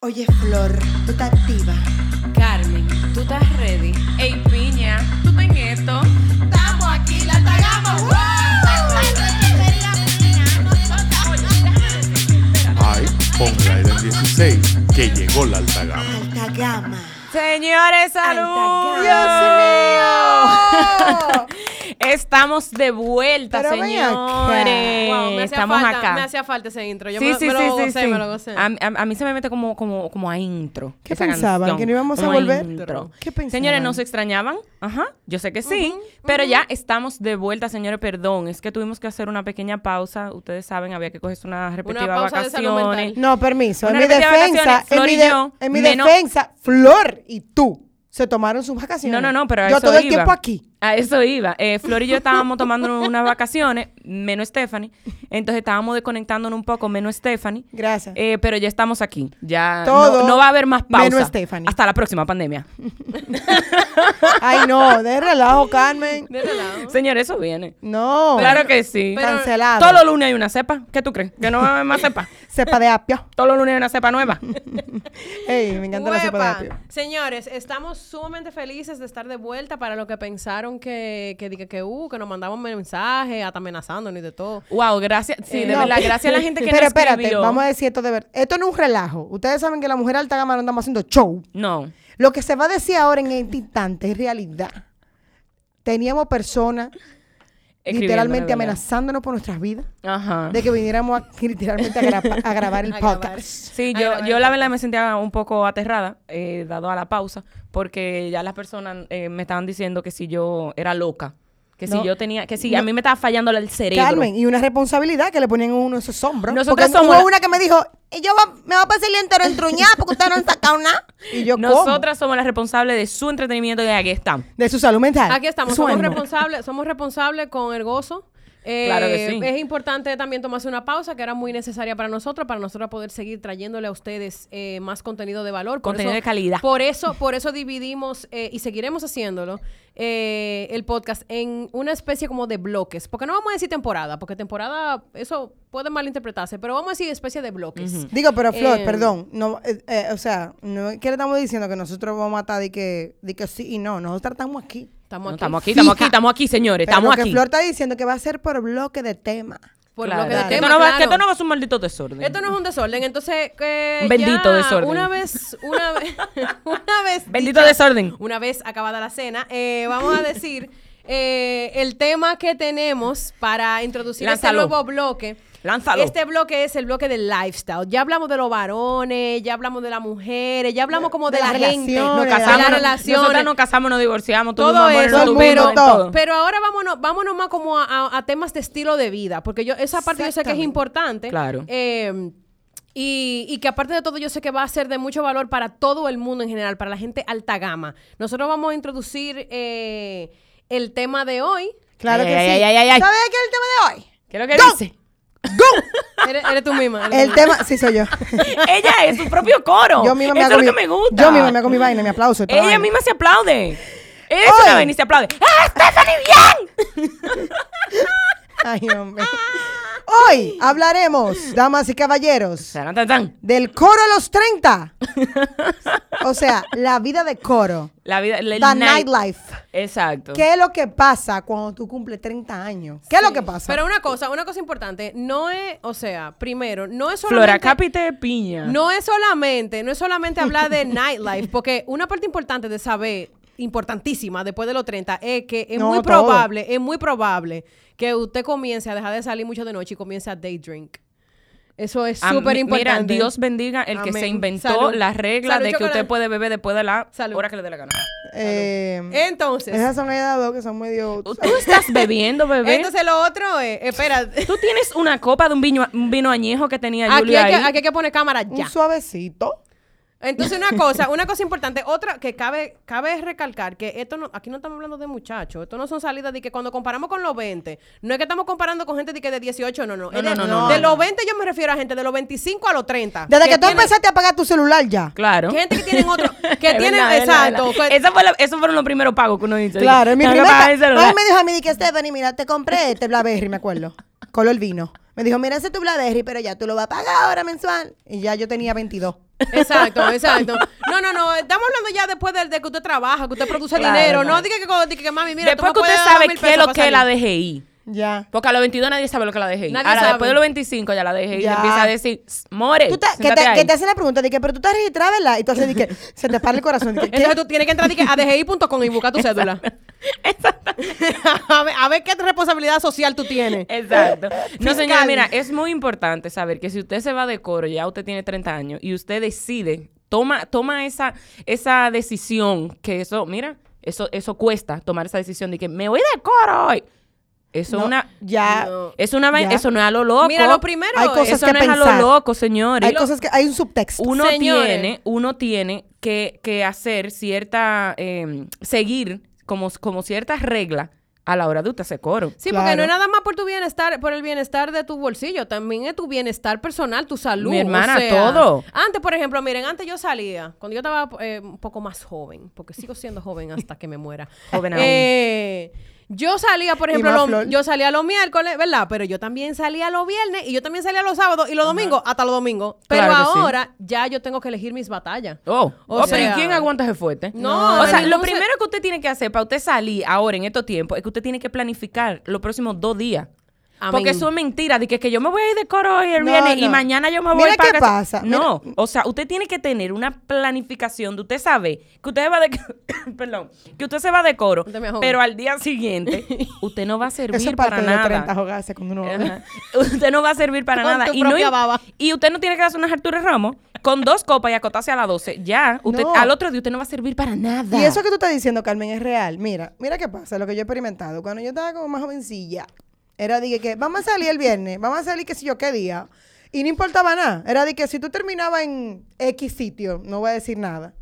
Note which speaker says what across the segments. Speaker 1: Oye, Flor, tú estás activa.
Speaker 2: Carmen, tú estás ready.
Speaker 3: Ey, piña, tú ten esto.
Speaker 4: Estamos aquí, la tagama.
Speaker 5: Ay, ponga era el 16, que llegó la alta gama.
Speaker 1: Alta gama.
Speaker 3: Señores, salud. Estamos de vuelta,
Speaker 6: Pero ven
Speaker 3: señores.
Speaker 6: acá.
Speaker 3: Wow, me hacía
Speaker 2: Eh, Estamos
Speaker 3: falta,
Speaker 2: acá.
Speaker 3: Me hacía falta ese intro. Yo
Speaker 2: Sí,
Speaker 3: me,
Speaker 2: sí,
Speaker 3: me
Speaker 2: sí,
Speaker 3: lo
Speaker 2: sí,
Speaker 3: gocé,
Speaker 2: sí.
Speaker 3: me lo gocé.
Speaker 2: A, a- a mí se me mete como, como, como a intro.
Speaker 6: ¿Qué
Speaker 2: esa
Speaker 6: pensaban?
Speaker 2: canción,
Speaker 6: ¿Que no íbamos a
Speaker 2: como
Speaker 6: volver?
Speaker 2: intro.
Speaker 6: ¿Qué pensaban?
Speaker 2: Señores, ¿nos extrañaban? Ajá, yo sé que sí. pero ya estamos de vuelta, señores. Perdón, es que tuvimos que hacer una pequeña pausa. Ustedes saben, había que cogerse una repetida
Speaker 3: pausa de salud
Speaker 2: vacaciones.
Speaker 3: mental.
Speaker 6: No, permiso. En
Speaker 2: Una
Speaker 6: mi
Speaker 2: repetida de
Speaker 6: defensa,
Speaker 2: vacaciones,
Speaker 6: en
Speaker 2: Flor
Speaker 6: mi,
Speaker 2: y
Speaker 6: de-
Speaker 2: yo,
Speaker 6: en mi
Speaker 2: menos-
Speaker 6: defensa, Flor y tú se tomaron sus vacaciones.
Speaker 2: No, no, no, pero a
Speaker 6: Yo
Speaker 2: eso
Speaker 6: todo el
Speaker 2: iba.
Speaker 6: tiempo aquí.
Speaker 2: A eso iba. Eh, Flor y yo estábamos tomando unas vacaciones, menos Stephanie. Entonces estábamos desconectándonos un poco, menos Stephanie.
Speaker 6: Gracias.
Speaker 2: Eh, pero ya estamos aquí. Ya
Speaker 6: Todo
Speaker 2: no, no va a haber más pausa.
Speaker 6: menos Stephanie.
Speaker 2: Hasta la próxima pandemia.
Speaker 6: Ay, no, de relajo, Carmen.
Speaker 3: De este relajo.
Speaker 2: Señor, eso viene.
Speaker 6: No.
Speaker 2: claro que sí.
Speaker 3: pero-
Speaker 6: Cancelado.
Speaker 2: Todos los lunes hay una cepa. ¿Qué tú crees? ¿Que no va a haber más cepa?
Speaker 6: Cepa de apio.
Speaker 2: Todos los lunes hay una cepa nueva.
Speaker 6: Ey, me encanta la cepa de
Speaker 3: Uepa.
Speaker 6: apio.
Speaker 3: Señores, estamos sumamente felices de estar de vuelta para lo que pensaron que, que, diga que, uh, que nos mandaban mensajes, hasta amenazándonos y de todo.
Speaker 2: Wow, gracias. Sí, de
Speaker 6: No,
Speaker 2: verdad, gracias a la gente que
Speaker 6: Pero
Speaker 2: nos
Speaker 6: espérate,
Speaker 2: escribió.
Speaker 6: vamos a decir esto de verdad. Esto no es un relajo. Ustedes saben que la mujer alta gama no andamos haciendo show.
Speaker 2: No.
Speaker 6: Lo que se va a decir ahora en este instante es realidad. Teníamos personas
Speaker 2: escribiendo,
Speaker 6: literalmente
Speaker 2: de verdad.
Speaker 6: amenazándonos por nuestras vidas
Speaker 2: Ajá.
Speaker 6: de que viniéramos a- literalmente a, grapa- a grabar el
Speaker 3: A grabar.
Speaker 6: podcast.
Speaker 2: Sí,
Speaker 3: A
Speaker 2: yo,
Speaker 3: grabar
Speaker 2: yo
Speaker 3: el
Speaker 2: la verdad me sentía un poco aterrada, eh, dado a la pausa, porque ya las personas eh, me estaban diciendo que si yo era loca, que
Speaker 6: No.
Speaker 2: si yo tenía, que si a mí me estaba fallando el cerebro.
Speaker 6: Carmen, y una responsabilidad que le ponían a uno en sus hombros.
Speaker 2: Nosotras
Speaker 6: Porque
Speaker 2: somos
Speaker 6: hubo
Speaker 2: la-
Speaker 6: una que me dijo, y yo va- me va a pasar el día entero entruñada porque ustedes no han sacado nada. Y yo, ¿cómo?
Speaker 2: Nosotras somos las responsables de su entretenimiento y aquí estamos.
Speaker 6: De su salud mental.
Speaker 3: Aquí estamos,
Speaker 6: Sueño.
Speaker 3: somos responsables, somos responsables con el gozo. Eh,
Speaker 2: Claro que sí.
Speaker 3: Es importante también tomarse una pausa que era muy necesaria para nosotros, para nosotros poder seguir trayéndole a ustedes eh, más contenido de valor. Por
Speaker 2: Contenido
Speaker 3: eso-
Speaker 2: de calidad.
Speaker 3: Por eso, por eso dividimos eh, y seguiremos haciéndolo eh, el podcast en una especie como de bloques. Porque no vamos a decir temporada, porque temporada, eso puede malinterpretarse, pero vamos a decir especie de bloques.
Speaker 6: Digo, pero Flor,
Speaker 3: Eh,
Speaker 6: perdón, no, eh, eh, o sea, no es que le estamos diciendo que nosotros vamos a estar de que, de que sí y no, nosotros estamos aquí.
Speaker 3: Estamos
Speaker 2: No,
Speaker 3: aquí.
Speaker 2: Estamos aquí, estamos
Speaker 6: fija.
Speaker 2: aquí, estamos aquí, señores,
Speaker 6: Pero
Speaker 2: estamos
Speaker 6: lo
Speaker 2: aquí.
Speaker 6: que Flor está diciendo que va a ser por bloque de tema.
Speaker 3: Por
Speaker 2: Claro.
Speaker 3: bloque de
Speaker 2: Que
Speaker 3: tema,
Speaker 2: esto no va- que
Speaker 3: claro.
Speaker 2: esto no va a ser un maldito desorden.
Speaker 3: Esto no es un desorden, entonces que
Speaker 2: Un bendito desorden.
Speaker 3: Una vez, una vez, una vez.
Speaker 2: Bendito
Speaker 3: dicha-
Speaker 2: desorden.
Speaker 3: Una vez acabada la cena, eh, vamos a decir eh, el tema que tenemos para introducir
Speaker 2: Lánzalo.
Speaker 3: este nuevo bloque.
Speaker 2: Lánzalo.
Speaker 3: Este bloque es el bloque del lifestyle. Ya hablamos de los varones, ya hablamos de las mujeres, ya hablamos como de,
Speaker 6: de
Speaker 3: la
Speaker 6: las
Speaker 3: gente,
Speaker 6: relaciones.
Speaker 3: de
Speaker 2: nos
Speaker 6: de
Speaker 3: las
Speaker 2: casamos, nos-
Speaker 3: relaciones.
Speaker 2: nosotras nos casamos, nos divorciamos,
Speaker 3: Todo
Speaker 2: todo
Speaker 3: eso,
Speaker 6: pero- todo.
Speaker 3: Pero ahora vámonos, vámonos más como a, a- a temas de estilo de vida, porque yo esa parte yo sé que es
Speaker 6: Exactamente.
Speaker 3: importante.
Speaker 2: Claro.
Speaker 3: Eh, y, y que aparte de todo yo sé que va a ser de mucho valor para todo el mundo en general, para la gente alta gama. Nosotros vamos a introducir eh, el tema de hoy.
Speaker 6: Claro
Speaker 2: Ay,
Speaker 6: que
Speaker 2: ay,
Speaker 6: sí.
Speaker 2: ay, ay, ay.
Speaker 6: ¿Sabes qué es el tema de hoy?
Speaker 2: ¿Qué es lo que
Speaker 6: Go.
Speaker 2: dice?
Speaker 3: Eres, eres tú misma. eres
Speaker 6: El
Speaker 3: tú misma.
Speaker 6: tema, sí soy yo.
Speaker 2: Ella es su propio coro.
Speaker 6: Yo misma me
Speaker 2: Eso
Speaker 6: hago
Speaker 2: es lo
Speaker 6: mi-
Speaker 2: que me gusta.
Speaker 6: Yo misma me hago mi vaina, mi aplauso. y toda
Speaker 2: Ella
Speaker 6: vaina.
Speaker 2: misma se aplaude. Ella es una
Speaker 6: Hoy.
Speaker 2: vaina y se aplaude. ¡Ah, Stephanie, bien!
Speaker 6: Ay, hombre. Hoy hablaremos, damas y caballeros,
Speaker 2: Tan, tan, tan.
Speaker 6: del coro a los 30. O sea, la vida de coro.
Speaker 2: La vida... el
Speaker 6: The
Speaker 2: night-
Speaker 6: nightlife.
Speaker 2: Exacto.
Speaker 6: ¿Qué es lo que pasa cuando tú cumples 30 años? ¿Qué es lo que pasa?
Speaker 3: Pero una cosa, una cosa importante, no es, o sea, primero, no es solamente...
Speaker 2: Flora Capite de Piña.
Speaker 3: No es solamente, no es solamente hablar de nightlife, porque una parte importante de saber, importantísima después de los 30, es que es
Speaker 6: No,
Speaker 3: muy
Speaker 6: todo.
Speaker 3: probable, es muy probable que usted comience a dejar de salir mucho de noche y comience a day drink. Eso es
Speaker 2: Am-
Speaker 3: súper importante.
Speaker 2: Ah, Mira, Dios bendiga el que se
Speaker 3: Amén.
Speaker 2: inventó
Speaker 3: Salud.
Speaker 2: la regla
Speaker 3: Salud,
Speaker 2: de que
Speaker 3: chocolate.
Speaker 2: usted puede beber después de la
Speaker 3: Salud.
Speaker 2: hora que le dé la gana.
Speaker 6: Eh,
Speaker 3: Entonces,
Speaker 6: esas son las dos que son medio...
Speaker 2: Tú tú estás bebiendo, bebé.
Speaker 3: entonces lo otro es, espera,
Speaker 2: Tú tienes una copa de un vino, un vino añejo que tenía
Speaker 3: aquí
Speaker 2: Julia
Speaker 3: hay, que,
Speaker 2: ahí.
Speaker 3: aquí hay que poner cámara
Speaker 6: Un
Speaker 3: ya.
Speaker 6: suavecito.
Speaker 3: Entonces, una cosa, una cosa importante, otra que cabe, cabe recalcar que esto no, aquí no estamos hablando de muchachos, esto no son salidas de que cuando comparamos con los 20, no es que estamos comparando con gente de que de 18, no, no. es
Speaker 2: no,
Speaker 3: de,
Speaker 2: no, no,
Speaker 3: de
Speaker 2: no, no.
Speaker 3: los 20 yo me refiero a gente de los 25 a los 30.
Speaker 6: Desde que, tú
Speaker 3: tienen-
Speaker 6: empezaste a pagar tu celular ya.
Speaker 2: Claro.
Speaker 3: Gente que tienen otro, que
Speaker 2: Es
Speaker 3: tienen,
Speaker 2: verdad, es verdad,
Speaker 3: exacto,
Speaker 2: es verdad.
Speaker 3: que-
Speaker 2: Esa fue la- esos fueron los primeros pagos que uno dice.
Speaker 6: Claro, es mi
Speaker 2: Tengo que
Speaker 6: primera.
Speaker 2: pagar el celular.
Speaker 6: Ay, me dijo a mí, dije, Stephanie, mira, te compré este Blaberry, me acuerdo. Color vino. Me dijo, mira ese tu Bladerry, pero ya tú lo vas a pagar ahora mensual. Y ya yo tenía 22.
Speaker 3: Exacto, exacto. No, no, no. Estamos hablando ya después de, de que usted trabaja, que usted produce
Speaker 2: Claro,
Speaker 3: dinero. No,
Speaker 2: claro.
Speaker 3: diga que, co- diga que mami, mira, tú
Speaker 2: Después
Speaker 3: me
Speaker 2: que usted
Speaker 3: puedes dar mil
Speaker 2: sabe qué es
Speaker 3: pesos
Speaker 2: lo
Speaker 3: para
Speaker 2: que es la
Speaker 3: salir.
Speaker 2: DGI.
Speaker 6: Ya.
Speaker 2: Porque a los 22 nadie sabe lo que es la DGI.
Speaker 3: Nadie
Speaker 2: Ahora,
Speaker 3: sabe.
Speaker 2: después de los 25 ya la DGI
Speaker 6: Ya.
Speaker 2: te empieza a decir, "Ss, more,
Speaker 6: Tú te- que,
Speaker 2: siéntate
Speaker 6: te,
Speaker 2: ahí".
Speaker 6: que te hacen la pregunta de que, pero tú estás registrada, ¿verdad? Y tú haces de que se te para el corazón. de que, ¿qué?
Speaker 3: Entonces tú tienes que entrar dique, a dgi.com y buscar tu cédula. a, ver, a ver qué responsabilidad social tú tienes.
Speaker 2: Exacto. No,
Speaker 3: Fiscal.
Speaker 2: señora, mira, es muy importante saber que si usted se va de coro, ya usted tiene 30 años y usted decide, toma, toma esa, esa decisión, que eso, mira, eso, eso cuesta tomar esa decisión de que me voy de coro hoy. Eso es
Speaker 6: No,
Speaker 2: una.
Speaker 6: ya.
Speaker 3: No.
Speaker 2: Eso, una, vai-
Speaker 6: Ya.
Speaker 2: eso no es a lo loco.
Speaker 3: Mira, lo primero
Speaker 6: Hay
Speaker 3: es-
Speaker 6: cosas
Speaker 2: eso
Speaker 6: que
Speaker 2: no es a
Speaker 6: pensar.
Speaker 2: lo loco, señores.
Speaker 6: Hay cosas que hay un subtexto.
Speaker 2: uno
Speaker 3: Señores.
Speaker 2: tiene, uno tiene que, que hacer cierta, eh, seguir como, como ciertas reglas a la hora de usted hacer coro.
Speaker 3: Sí,
Speaker 6: Claro.
Speaker 3: porque no es nada más por tu bienestar, por el bienestar de tu bolsillo, también es tu bienestar personal, tu salud.
Speaker 2: Mi
Speaker 3: o
Speaker 2: hermana,
Speaker 3: sea,
Speaker 2: todo.
Speaker 3: Antes, por ejemplo, miren, antes yo salía, cuando yo estaba eh, un poco más joven, porque sigo siendo joven hasta que me muera.
Speaker 2: Joven aún.
Speaker 3: Eh, yo salía, por
Speaker 6: Y
Speaker 3: ejemplo,
Speaker 6: más
Speaker 3: lo-
Speaker 6: flor.
Speaker 3: yo salía los miércoles, ¿verdad? Pero yo también salía los viernes y yo también salía los sábados y los domingos, hasta los domingos. Pero
Speaker 2: Claro que sí.
Speaker 3: ahora ya yo tengo que elegir mis batallas.
Speaker 2: Oh,
Speaker 3: O
Speaker 2: oh, pero
Speaker 3: sea-
Speaker 2: ¿y quién aguanta ese fuerte?
Speaker 3: No,
Speaker 2: o sea,
Speaker 3: no,
Speaker 2: lo
Speaker 3: no sé.
Speaker 2: primero que usted tiene que hacer para usted salir ahora en estos tiempos es que usted tiene que planificar los próximos dos días.
Speaker 3: Amén.
Speaker 2: Porque eso es mentira, de que, que yo me voy a ir de coro hoy el
Speaker 6: No,
Speaker 2: viernes y
Speaker 6: no.
Speaker 2: mañana yo me voy
Speaker 6: Mira
Speaker 2: para
Speaker 6: qué
Speaker 2: casa.
Speaker 6: pasa,
Speaker 2: No, o sea, usted tiene que tener una planificación de usted sabe que usted va de perdón, que usted se va de coro,
Speaker 3: Usted me ahoga.
Speaker 2: pero al día siguiente usted no va a servir
Speaker 6: Eso es
Speaker 2: para
Speaker 6: parte de los 30
Speaker 2: nada.
Speaker 6: jugarse cuando uno
Speaker 2: Ajá. Usted no va a servir para
Speaker 3: Con
Speaker 2: nada.
Speaker 3: tu
Speaker 2: y, no,
Speaker 3: propia baba.
Speaker 2: y usted no tiene que darse unas Arturo Ramos con dos copas y acotarse a las 12. Ya, usted
Speaker 6: No.
Speaker 2: al otro día usted no va a servir para nada.
Speaker 6: Y eso que tú estás diciendo, Carmen, es real. Mira, mira qué pasa, lo que yo he experimentado. Cuando yo estaba como más jovencilla, era de que, que, vamos a salir el viernes, vamos a salir qué sé yo qué día. Y no importaba nada. Era de que si tú terminabas en X sitio, no voy a decir nada.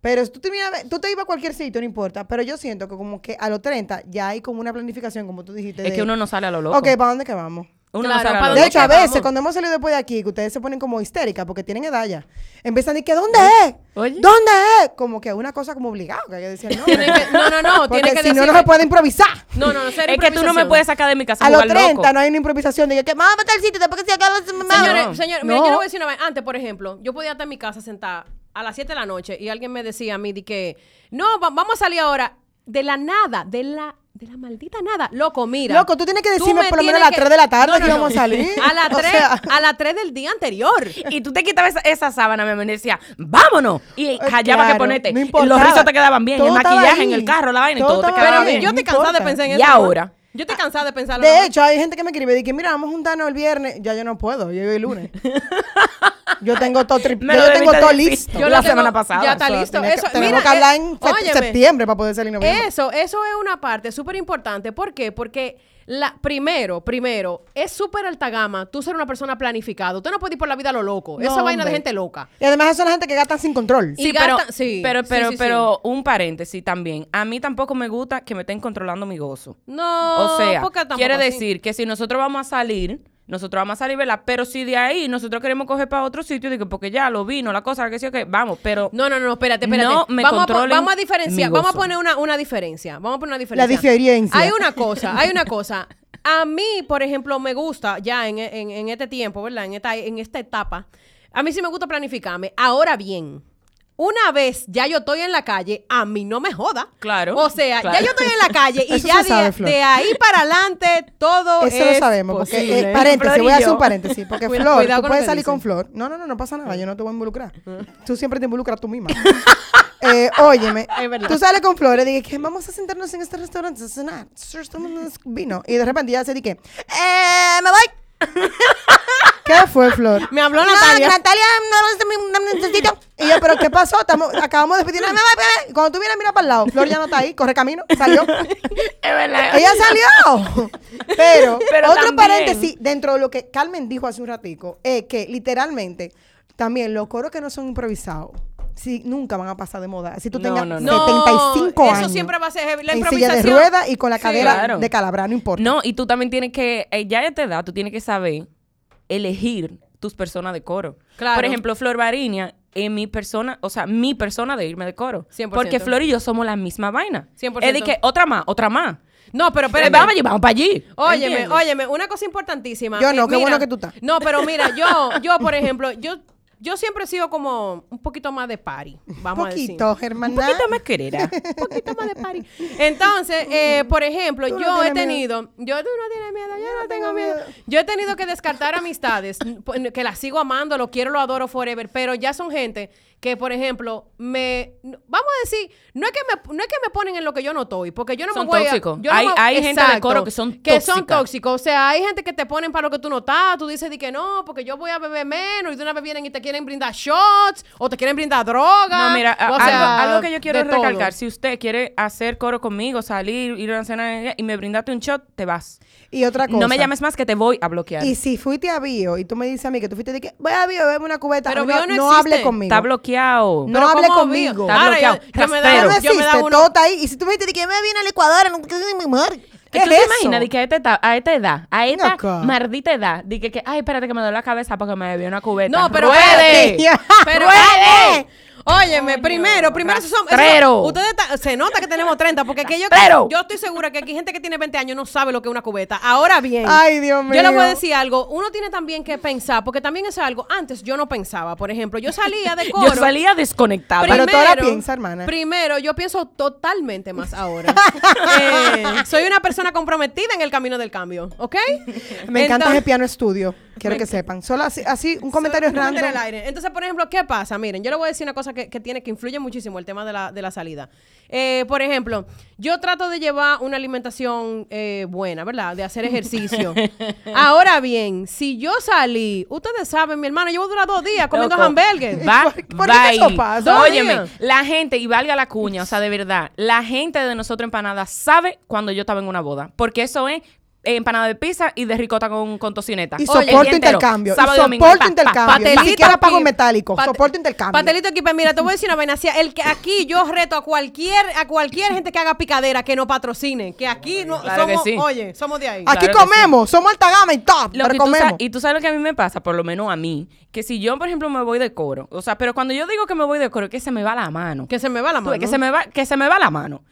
Speaker 6: Pero si tú, terminabas- tú te ibas a cualquier sitio, no importa. Pero yo siento que como que a los 30 ya hay como una planificación, como tú dijiste.
Speaker 2: es
Speaker 6: de,
Speaker 2: que uno no sale a lo loco.
Speaker 6: Ok, ¿para dónde que vamos?
Speaker 2: Uno
Speaker 3: Claro,
Speaker 2: no sale
Speaker 3: ¿para
Speaker 2: a lo
Speaker 3: dónde
Speaker 6: De
Speaker 2: loco.
Speaker 6: hecho, a
Speaker 3: que vamos?
Speaker 6: veces, cuando hemos salido después de aquí, que ustedes se ponen como histéricas porque tienen edad ya, empiezan a decir, que ¿dónde es?
Speaker 2: Oye.
Speaker 6: ¿Dónde es? Como que una cosa como obligada, que hay que decir, no.
Speaker 3: Tiene que- no, no, no,
Speaker 6: Porque
Speaker 3: tiene que
Speaker 6: si no,
Speaker 3: decir-
Speaker 6: no se puede improvisar.
Speaker 3: No, no, no, ser
Speaker 2: Es que tú no me
Speaker 3: improvisación.
Speaker 2: puedes sacar de mi casa
Speaker 6: A los
Speaker 2: jugar
Speaker 6: 30
Speaker 2: loco.
Speaker 6: no hay una improvisación. Diga que vamos a tal sitio, después que se acaba...
Speaker 3: Señores,
Speaker 2: No.
Speaker 3: señores, mira, eh, yo le
Speaker 6: No.
Speaker 3: voy a decir una vez. Antes, por ejemplo, yo podía estar en mi casa sentada a las 7 de la noche y alguien me decía a mí de que, no, va- vamos a salir ahora. De la nada, de la, de la maldita nada. Loco, mira.
Speaker 6: Loco, tú tienes que decirme
Speaker 3: me
Speaker 6: por lo menos
Speaker 3: tienes
Speaker 6: a las 3 de la tarde
Speaker 3: No, no,
Speaker 6: que
Speaker 3: no.
Speaker 6: vamos a salir.
Speaker 3: A las
Speaker 6: O
Speaker 3: 3,
Speaker 6: sea-
Speaker 3: a las 3 del día anterior.
Speaker 2: Y tú te quitabas esa, esa sábana, mi amor, y decía, vámonos. Y hallaba
Speaker 6: Eh, Claro,
Speaker 2: que ponerte.
Speaker 6: no
Speaker 2: Y los
Speaker 6: importaba.
Speaker 2: rizos te quedaban bien,
Speaker 6: Todo
Speaker 2: el
Speaker 6: estaba
Speaker 2: maquillaje en
Speaker 6: ahí.
Speaker 2: el carro, la vaina, y
Speaker 6: Todo
Speaker 2: todo, te
Speaker 6: estaba
Speaker 2: quedaba
Speaker 6: ahí.
Speaker 2: bien.
Speaker 3: yo te
Speaker 6: no
Speaker 3: cansaba de
Speaker 6: importa.
Speaker 3: pensar en
Speaker 2: ¿Y
Speaker 3: eso.
Speaker 2: ahora?
Speaker 3: Yo te cansaba de pensar en
Speaker 6: De hecho, hay gente que me escribe, dice, mira, vamos a juntarnos el viernes. Ya yo no puedo, yo el lunes. yo tengo todo, tri-
Speaker 2: Me
Speaker 6: yo
Speaker 2: lo
Speaker 6: tengo
Speaker 2: debiste
Speaker 6: todo
Speaker 2: decir.
Speaker 6: listo.
Speaker 2: Yo la semana pasada.
Speaker 3: Ya está
Speaker 2: O sea,
Speaker 3: listo.
Speaker 6: Tenía que-
Speaker 3: Eso,
Speaker 6: tenemos
Speaker 3: mira,
Speaker 6: que hablar
Speaker 3: eh,
Speaker 6: en sept-
Speaker 3: óyeme.
Speaker 6: septiembre para poder salir en noviembre.
Speaker 3: Eso, eso es una parte súper importante. ¿Por qué? Porque la, primero, primero, es súper alta gama tú ser una persona planificada. Usted no puede ir por la vida a lo loco. Esa
Speaker 6: No,
Speaker 3: vaina de
Speaker 6: hombre.
Speaker 3: gente loca.
Speaker 6: Y además esas son la gente que gastan sin control.
Speaker 3: Y
Speaker 2: Sí, pero,
Speaker 3: gasta- sí,
Speaker 2: pero,
Speaker 3: sí,
Speaker 2: pero,
Speaker 3: sí, sí.
Speaker 2: pero un paréntesis también. A mí tampoco me gusta que me estén controlando mi gozo.
Speaker 3: No,
Speaker 2: O sea,
Speaker 3: porque tampoco
Speaker 2: quiere
Speaker 3: así.
Speaker 2: decir que si nosotros vamos a salir, nosotros vamos a salir, ¿verdad? Pero si de ahí nosotros queremos coger para otro sitio, digo, porque ya lo vino, la cosa, que sí, que vamos, pero
Speaker 3: No, no, no, no, espérate, espérate.
Speaker 2: No me
Speaker 3: vamos, a, po-
Speaker 2: controlen
Speaker 3: vamos a
Speaker 2: mi
Speaker 3: diferenciar,
Speaker 2: gozo.
Speaker 3: vamos a poner una, una diferencia. Vamos a poner una diferencia.
Speaker 6: diferencia.
Speaker 3: Hay una cosa, hay una cosa. A mí, por ejemplo, me gusta ya en, en- en este tiempo, ¿verdad? En esta, en esta etapa, a mí sí me gusta planificarme. Ahora bien, una vez ya yo estoy en la calle, a mí no me joda.
Speaker 2: Claro,
Speaker 3: O sea, ya
Speaker 2: claro.
Speaker 3: yo estoy en la calle y
Speaker 6: Eso
Speaker 3: ya
Speaker 6: se sabe,
Speaker 3: de,
Speaker 6: Flor.
Speaker 3: de ahí para adelante todo
Speaker 6: Eso
Speaker 3: es
Speaker 6: lo sabemos. Porque,
Speaker 3: posible.
Speaker 6: eh, paréntesis,
Speaker 2: Flor y
Speaker 6: voy a hacer
Speaker 2: yo.
Speaker 6: un paréntesis. Porque
Speaker 3: Cuida-
Speaker 6: Flor,
Speaker 3: cuidado con
Speaker 6: tú
Speaker 3: lo
Speaker 6: puedes
Speaker 3: que
Speaker 6: salir con
Speaker 3: dicen.
Speaker 6: Flor. No, no, no, no pasa nada. Yo no te voy a involucrar. Tú siempre te involucras tú misma. Eh, óyeme,
Speaker 3: Es verdad.
Speaker 6: tú sales con Flor y dije que vamos a sentarnos en este restaurante a cenar. Sir, tomamos vino. Y de repente ya se dije, eh, me voy. ¿Qué fue, Flor?
Speaker 3: Me habló Natalia.
Speaker 6: No, Natalia, no, no, no, necesito. Y yo, pero ¿qué pasó? Estamos, acabamos de despedirnos. Me voy, me voy. Cuando tú vienes, mira para el lado. Flor ya no está ahí, corre camino, salió.
Speaker 2: es verdad.
Speaker 6: Ella salió. Pero,
Speaker 2: Pero
Speaker 6: otro
Speaker 2: también-
Speaker 6: paréntesis, dentro de lo que Carmen dijo hace un ratico, es que literalmente también los coros que no son improvisados sí, nunca van a pasar de moda. Si tú
Speaker 2: No,
Speaker 6: tengas
Speaker 2: no, no.
Speaker 6: 75
Speaker 3: No, eso
Speaker 6: años.
Speaker 3: siempre va a ser heavy. La
Speaker 6: en silla de
Speaker 3: improvisación-
Speaker 6: ruedas y con la
Speaker 3: Sí,
Speaker 6: cadera
Speaker 2: claro.
Speaker 6: de calabra, no importa.
Speaker 2: No, y tú también tienes que, eh, ya a esta edad, tú tienes que saber elegir tus personas de coro.
Speaker 3: Claro.
Speaker 2: Por ejemplo, Flor Bariña en mi persona, o sea, mi persona de irme de coro.
Speaker 3: 100%.
Speaker 2: Porque Flor y yo somos la misma vaina.
Speaker 3: 100%.
Speaker 2: Es de que otra más, otra más.
Speaker 3: No, pero
Speaker 2: Pero
Speaker 3: espérate.
Speaker 2: vamos, a llevar para allí.
Speaker 3: Óyeme,
Speaker 2: ¿Entiendes?
Speaker 3: óyeme, una cosa importantísima. eh,
Speaker 6: Yo no, qué bueno que tú estás.
Speaker 3: No, pero mira, yo, yo, por ejemplo, yo, yo siempre he sido como un poquito más de party, vamos a
Speaker 6: Poquito,
Speaker 3: decir.
Speaker 6: hermana.
Speaker 2: Un poquito más querida.
Speaker 3: Un poquito más de party. Entonces, eh, por ejemplo,
Speaker 6: Tú no
Speaker 3: yo he
Speaker 6: tienes
Speaker 3: tenido,
Speaker 6: miedo.
Speaker 3: yo tú no tienes miedo, yo, no tengo miedo. Yo he tenido que descartar amistades, p- que las sigo amando, lo quiero, lo adoro forever, pero ya son gente que, por ejemplo, me, vamos a decir, no es que me, no es que me ponen en lo que yo no estoy, porque yo no
Speaker 2: Son
Speaker 3: me voy a-
Speaker 2: tóxicos.
Speaker 3: yo no
Speaker 2: Hay-
Speaker 3: me-
Speaker 2: hay gente de coro que son
Speaker 3: Que son
Speaker 2: tóxicas.
Speaker 3: tóxicos. O sea, hay gente que te ponen para lo que tú no estás. Tú dices de que no, porque yo voy a beber menos. Y de una vez vienen y te quieren brindar shots o te quieren brindar droga.
Speaker 2: No, mira,
Speaker 3: o
Speaker 2: a-
Speaker 3: sea,
Speaker 2: algo, algo que yo quiero
Speaker 3: de todo.
Speaker 2: recalcar. Si usted quiere hacer coro conmigo, salir, ir a una cena y me brindaste un shot, te vas.
Speaker 6: Y otra cosa.
Speaker 2: No me llames más que te voy a bloquear.
Speaker 6: Y si fuiste a Bio y tú me dices a mí que tú fuiste de que voy a Bio, bebe una cubeta,
Speaker 3: Pero
Speaker 6: no,
Speaker 3: Bio no
Speaker 6: no hable
Speaker 3: existe.
Speaker 6: conmigo.
Speaker 2: Está bloqueado.
Speaker 6: No
Speaker 3: Pero
Speaker 6: hable
Speaker 3: ¿cómo
Speaker 6: conmigo.
Speaker 3: vio?
Speaker 2: Está
Speaker 3: Ahora,
Speaker 2: bloqueado.
Speaker 3: yo- yo me daba-
Speaker 2: Rastrero.
Speaker 6: Pero no
Speaker 3: yo me
Speaker 6: existe,
Speaker 3: daba uno-
Speaker 6: todo está ahí. Y si tú me dijiste de que me viene a la licuadora, no quiero mi mujer. ¿Qué
Speaker 2: ¿Tú
Speaker 6: es
Speaker 2: te
Speaker 6: eso?
Speaker 2: imaginas de que a esta, eta- a esta edad, a esta
Speaker 6: Loca.
Speaker 2: maldita edad, de que, que, ay, espérate que me duele la cabeza porque me bebió una cubeta?
Speaker 3: No, pero
Speaker 2: ¡Ruede!
Speaker 3: espérate. Pero
Speaker 2: ¡Ruede!
Speaker 3: Óyeme,
Speaker 2: Coño,
Speaker 3: primero, primero esos son. esos-
Speaker 2: rastrero.
Speaker 3: ustedes ta- se nota que tenemos 30, porque que yo,
Speaker 2: Rastrero.
Speaker 3: yo estoy segura que aquí gente que tiene 20 años no sabe lo que es una cubeta. Ahora bien,
Speaker 6: Ay, Dios mío.
Speaker 3: yo les voy a decir algo. Uno tiene también que pensar, porque también es algo. Antes yo no pensaba, por ejemplo, yo salía de coro.
Speaker 2: Yo salía desconectada.
Speaker 6: Pero tú ahora piensa, hermana.
Speaker 3: Primero, yo pienso totalmente más ahora. Eh, soy una persona comprometida en el camino del cambio, ¿ok?
Speaker 6: Me encanta
Speaker 3: Entonces-
Speaker 6: ese piano estudio. Quiero que sepan. Solo así, así un comentario
Speaker 3: Solo un comentario
Speaker 6: random.
Speaker 3: al aire. Entonces, por ejemplo, ¿qué pasa? Miren, yo le voy a decir una cosa que, que tiene, que influye muchísimo el tema de la, de la salida. Eh, por ejemplo, yo trato de llevar una alimentación eh, buena, ¿verdad? De hacer ejercicio. Ahora bien, si yo salí, ustedes saben, mi hermano, llevo durar dos días comiendo
Speaker 2: Loco,
Speaker 3: hamburgues.
Speaker 2: Va,
Speaker 6: ¿Por- por qué
Speaker 2: va
Speaker 6: eso
Speaker 2: ahí.
Speaker 6: pasa?
Speaker 3: Dos
Speaker 2: Óyeme,
Speaker 3: días.
Speaker 2: la gente, y valga la cuña, o sea, de verdad, la gente de nosotros empanadas sabe cuando yo estaba en una boda. Porque eso es eh, empanada de pizza y de ricota con, con tocineta.
Speaker 6: Y
Speaker 2: Oye, el
Speaker 6: soporto
Speaker 2: día entero,
Speaker 6: intercambio. Y
Speaker 2: sábado domingo,
Speaker 6: soporto
Speaker 2: pa, pa,
Speaker 6: intercambio.
Speaker 2: pa,
Speaker 6: Ni siquiera pago
Speaker 3: aquí.
Speaker 6: metálico.
Speaker 3: Pat-
Speaker 6: Soporto intercambio.
Speaker 3: Patelito aquí, pues, mira, te voy a decir una vaina. Si el que aquí yo reto a cualquier, a cualquier gente que haga picadera que no patrocine. Que aquí no
Speaker 2: Claro que
Speaker 3: somos,
Speaker 2: sí.
Speaker 3: oye, somos de ahí.
Speaker 6: Aquí
Speaker 2: Claro que
Speaker 6: comemos. Somos alta gama y top.
Speaker 2: Lo
Speaker 6: pero
Speaker 2: que tú sa-
Speaker 6: comemos.
Speaker 2: y tú sabes lo que a mí me pasa, por lo menos a mí, que si yo, por ejemplo, me voy de coro, o sea, pero cuando yo digo que me voy de coro, es que se me va la mano.
Speaker 3: Que se me va la
Speaker 2: Tú
Speaker 3: mano.
Speaker 2: ves, Que se me va, que se me va la mano.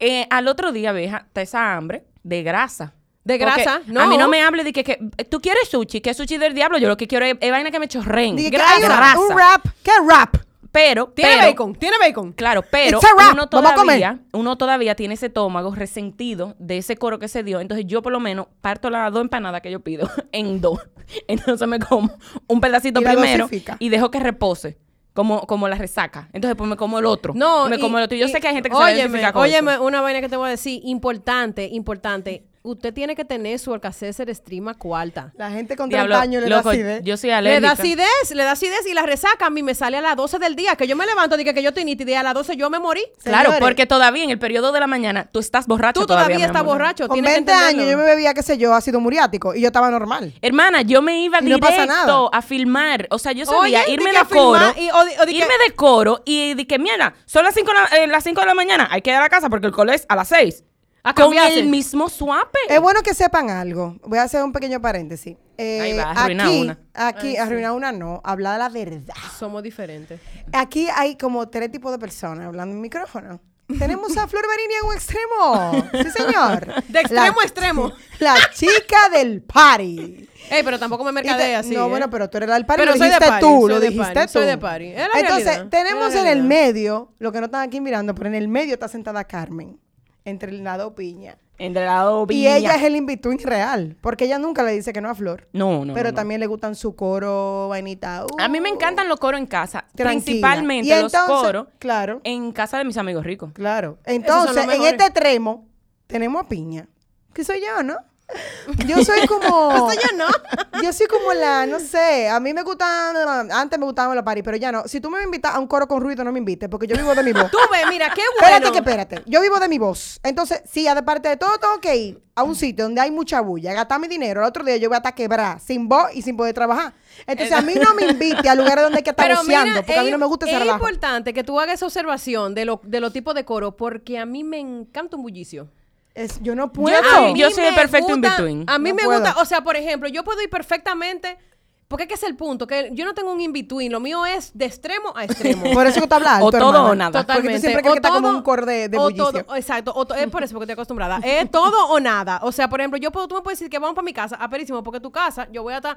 Speaker 2: Eh, al otro día, veja, está esa hambre de grasa.
Speaker 3: De
Speaker 2: Porque
Speaker 3: grasa, no.
Speaker 2: A mí no me hable de que, que, eh, tú quieres sushi, que sushi del diablo. Yo lo que quiero es, es vaina que me chorren.
Speaker 6: Dije que
Speaker 2: grasa.
Speaker 6: hay una- un rap. ¿Qué rap?
Speaker 2: Pero,
Speaker 3: Tiene
Speaker 2: pero,
Speaker 3: bacon, tiene bacon.
Speaker 2: Claro, pero
Speaker 6: It's a wrap.
Speaker 2: uno
Speaker 6: Vamos a comer.
Speaker 2: todavía, uno todavía tiene ese estómago resentido de ese coro que se dio. Entonces yo por lo menos parto las dos empanadas que yo pido en dos. Entonces me como un pedacito
Speaker 6: Y la
Speaker 2: primero
Speaker 6: dosifica.
Speaker 2: y dejo que repose. Como, como la resaca. Entonces, pues me como el otro.
Speaker 3: No,
Speaker 2: me
Speaker 3: y-
Speaker 2: como el otro. Y yo
Speaker 3: y-
Speaker 2: sé que hay gente que se va a
Speaker 3: óyeme,
Speaker 2: identificar con
Speaker 3: Óyeme,
Speaker 2: eso.
Speaker 3: una vaina que te voy a decir, importante, importante. Usted tiene que tener su alcacéser extrema cuarta.
Speaker 6: La gente con 30
Speaker 2: Diablo,
Speaker 6: años le da
Speaker 2: loco,
Speaker 6: acidez.
Speaker 2: Yo soy
Speaker 3: Le da
Speaker 2: alérgica.
Speaker 3: acidez, le da acidez y la resaca a mí me sale a las 12 del día. Que yo me levanto, dije que yo estoy nítida y a las 12 yo me morí.
Speaker 2: Claro,
Speaker 6: Señores.
Speaker 2: porque todavía en el periodo de la mañana tú estás borracho
Speaker 3: Tú todavía,
Speaker 2: mi
Speaker 3: estás
Speaker 2: amor.
Speaker 3: borracho.
Speaker 6: Con
Speaker 3: tienes que
Speaker 6: 20 años
Speaker 3: entenderlo.
Speaker 6: yo me bebía, qué sé yo, ácido muriático. Y yo estaba normal.
Speaker 2: Hermana, yo me iba
Speaker 6: Y no
Speaker 2: directo
Speaker 6: pasa nada.
Speaker 2: a filmar. O sea, yo
Speaker 3: Oye,
Speaker 2: sabía
Speaker 3: di
Speaker 2: irme
Speaker 3: que
Speaker 2: de
Speaker 3: filmar
Speaker 2: coro.
Speaker 3: y- o di- o di que-
Speaker 2: irme de coro y de que, mierda, son las 5 las cinco de la mañana. Hay que ir a la casa porque el cole es a las 6.
Speaker 3: A
Speaker 2: Con
Speaker 3: cambiarse.
Speaker 2: el mismo suape.
Speaker 6: Ah, Es bueno que sepan algo. Voy a hacer un pequeño paréntesis. Eh,
Speaker 2: Ahí va, arruinar
Speaker 6: aquí,
Speaker 2: una.
Speaker 6: Aquí, arruinar una no. Hablar la verdad.
Speaker 3: Somos diferentes.
Speaker 6: Aquí hay como tres tipos de personas hablando en micrófono. Tenemos a Flor Berini en un extremo. Sí, señor.
Speaker 3: De extremo
Speaker 6: La-
Speaker 3: a extremo.
Speaker 6: La chica del party.
Speaker 3: Ey, pero tampoco me
Speaker 6: Y te-
Speaker 3: mercadea así.
Speaker 6: no,
Speaker 3: ¿eh?
Speaker 6: bueno, pero tú eres la del party.
Speaker 3: Pero
Speaker 6: lo
Speaker 3: soy de
Speaker 6: dijiste
Speaker 3: party,
Speaker 6: tú,
Speaker 3: soy
Speaker 6: lo
Speaker 3: de
Speaker 6: dijiste
Speaker 3: party,
Speaker 6: tú.
Speaker 3: soy de party. Es la
Speaker 6: Entonces,
Speaker 3: realidad,
Speaker 6: tenemos
Speaker 3: es la
Speaker 6: en el
Speaker 3: realidad.
Speaker 6: medio, lo que no están aquí mirando, pero en el medio está sentada Carmen, entre el lado piña.
Speaker 2: Entre la dos
Speaker 6: Y
Speaker 2: viñas.
Speaker 6: ella es el invitado real, porque ella nunca le dice que no a Flor.
Speaker 2: No, no.
Speaker 6: pero
Speaker 2: no, no.
Speaker 6: también le gustan su coro, vainita. uh,
Speaker 2: A mí me encantan los coros en casa.
Speaker 6: tranquila.
Speaker 2: Principalmente
Speaker 6: Y
Speaker 2: los
Speaker 6: entonces-
Speaker 2: coros
Speaker 6: Claro,
Speaker 2: en casa de mis amigos ricos.
Speaker 6: claro.
Speaker 3: Esos son
Speaker 6: Entonces,
Speaker 3: los
Speaker 6: en
Speaker 3: mejores.
Speaker 6: este extremo tenemos a Piña, que soy yo, ¿no? Yo soy como... yo no. Yo soy como la, no sé, a mí me gustan, antes me gustaban los paris, pero ya no. Si tú me invitas a un coro con ruido, no me invites, porque yo vivo de mi voz.
Speaker 3: Tú ve, mira, qué bueno.
Speaker 6: Espérate que espérate. Yo vivo de mi voz. Entonces, sí, ya de parte de todo, tengo que ir a un sitio donde hay mucha bulla, gastar mi dinero. El otro día yo voy a estar quebrada, sin voz y sin poder trabajar. Entonces, a mí no me invite a lugares donde hay que estar
Speaker 3: Pero mira,
Speaker 6: buceando, porque a mí
Speaker 3: es-
Speaker 6: no me gusta ese
Speaker 3: Es
Speaker 6: relajo.
Speaker 3: importante que tú hagas esa observación de los de lo tipos de coro, porque a mí me encanta un bullicio.
Speaker 6: Es- yo no
Speaker 2: Yo
Speaker 6: puedo.
Speaker 2: soy-
Speaker 3: A mí
Speaker 2: yo soy el
Speaker 3: me
Speaker 2: perfecto in
Speaker 3: gusta-
Speaker 2: between.
Speaker 3: A mí
Speaker 6: No
Speaker 3: me
Speaker 6: puedo.
Speaker 3: gusta, o sea, por ejemplo, yo puedo ir perfectamente Porque es que es el punto, que yo no tengo un in-between, lo mío es de extremo a extremo.
Speaker 6: Por eso que tú hablas alto,
Speaker 2: O todo
Speaker 6: hermana.
Speaker 2: o nada.
Speaker 6: Porque tú
Speaker 3: Totalmente.
Speaker 6: siempre crees que
Speaker 3: O
Speaker 6: está como
Speaker 3: todo-
Speaker 6: un corde de
Speaker 3: o
Speaker 6: bullicio.
Speaker 3: todo- exacto. o to- es por eso porque estoy acostumbrada. Es todo o nada. O sea, por ejemplo, yo puedo, tú me puedes decir que vamos para mi casa, aperísimo, porque tu casa, yo voy a estar,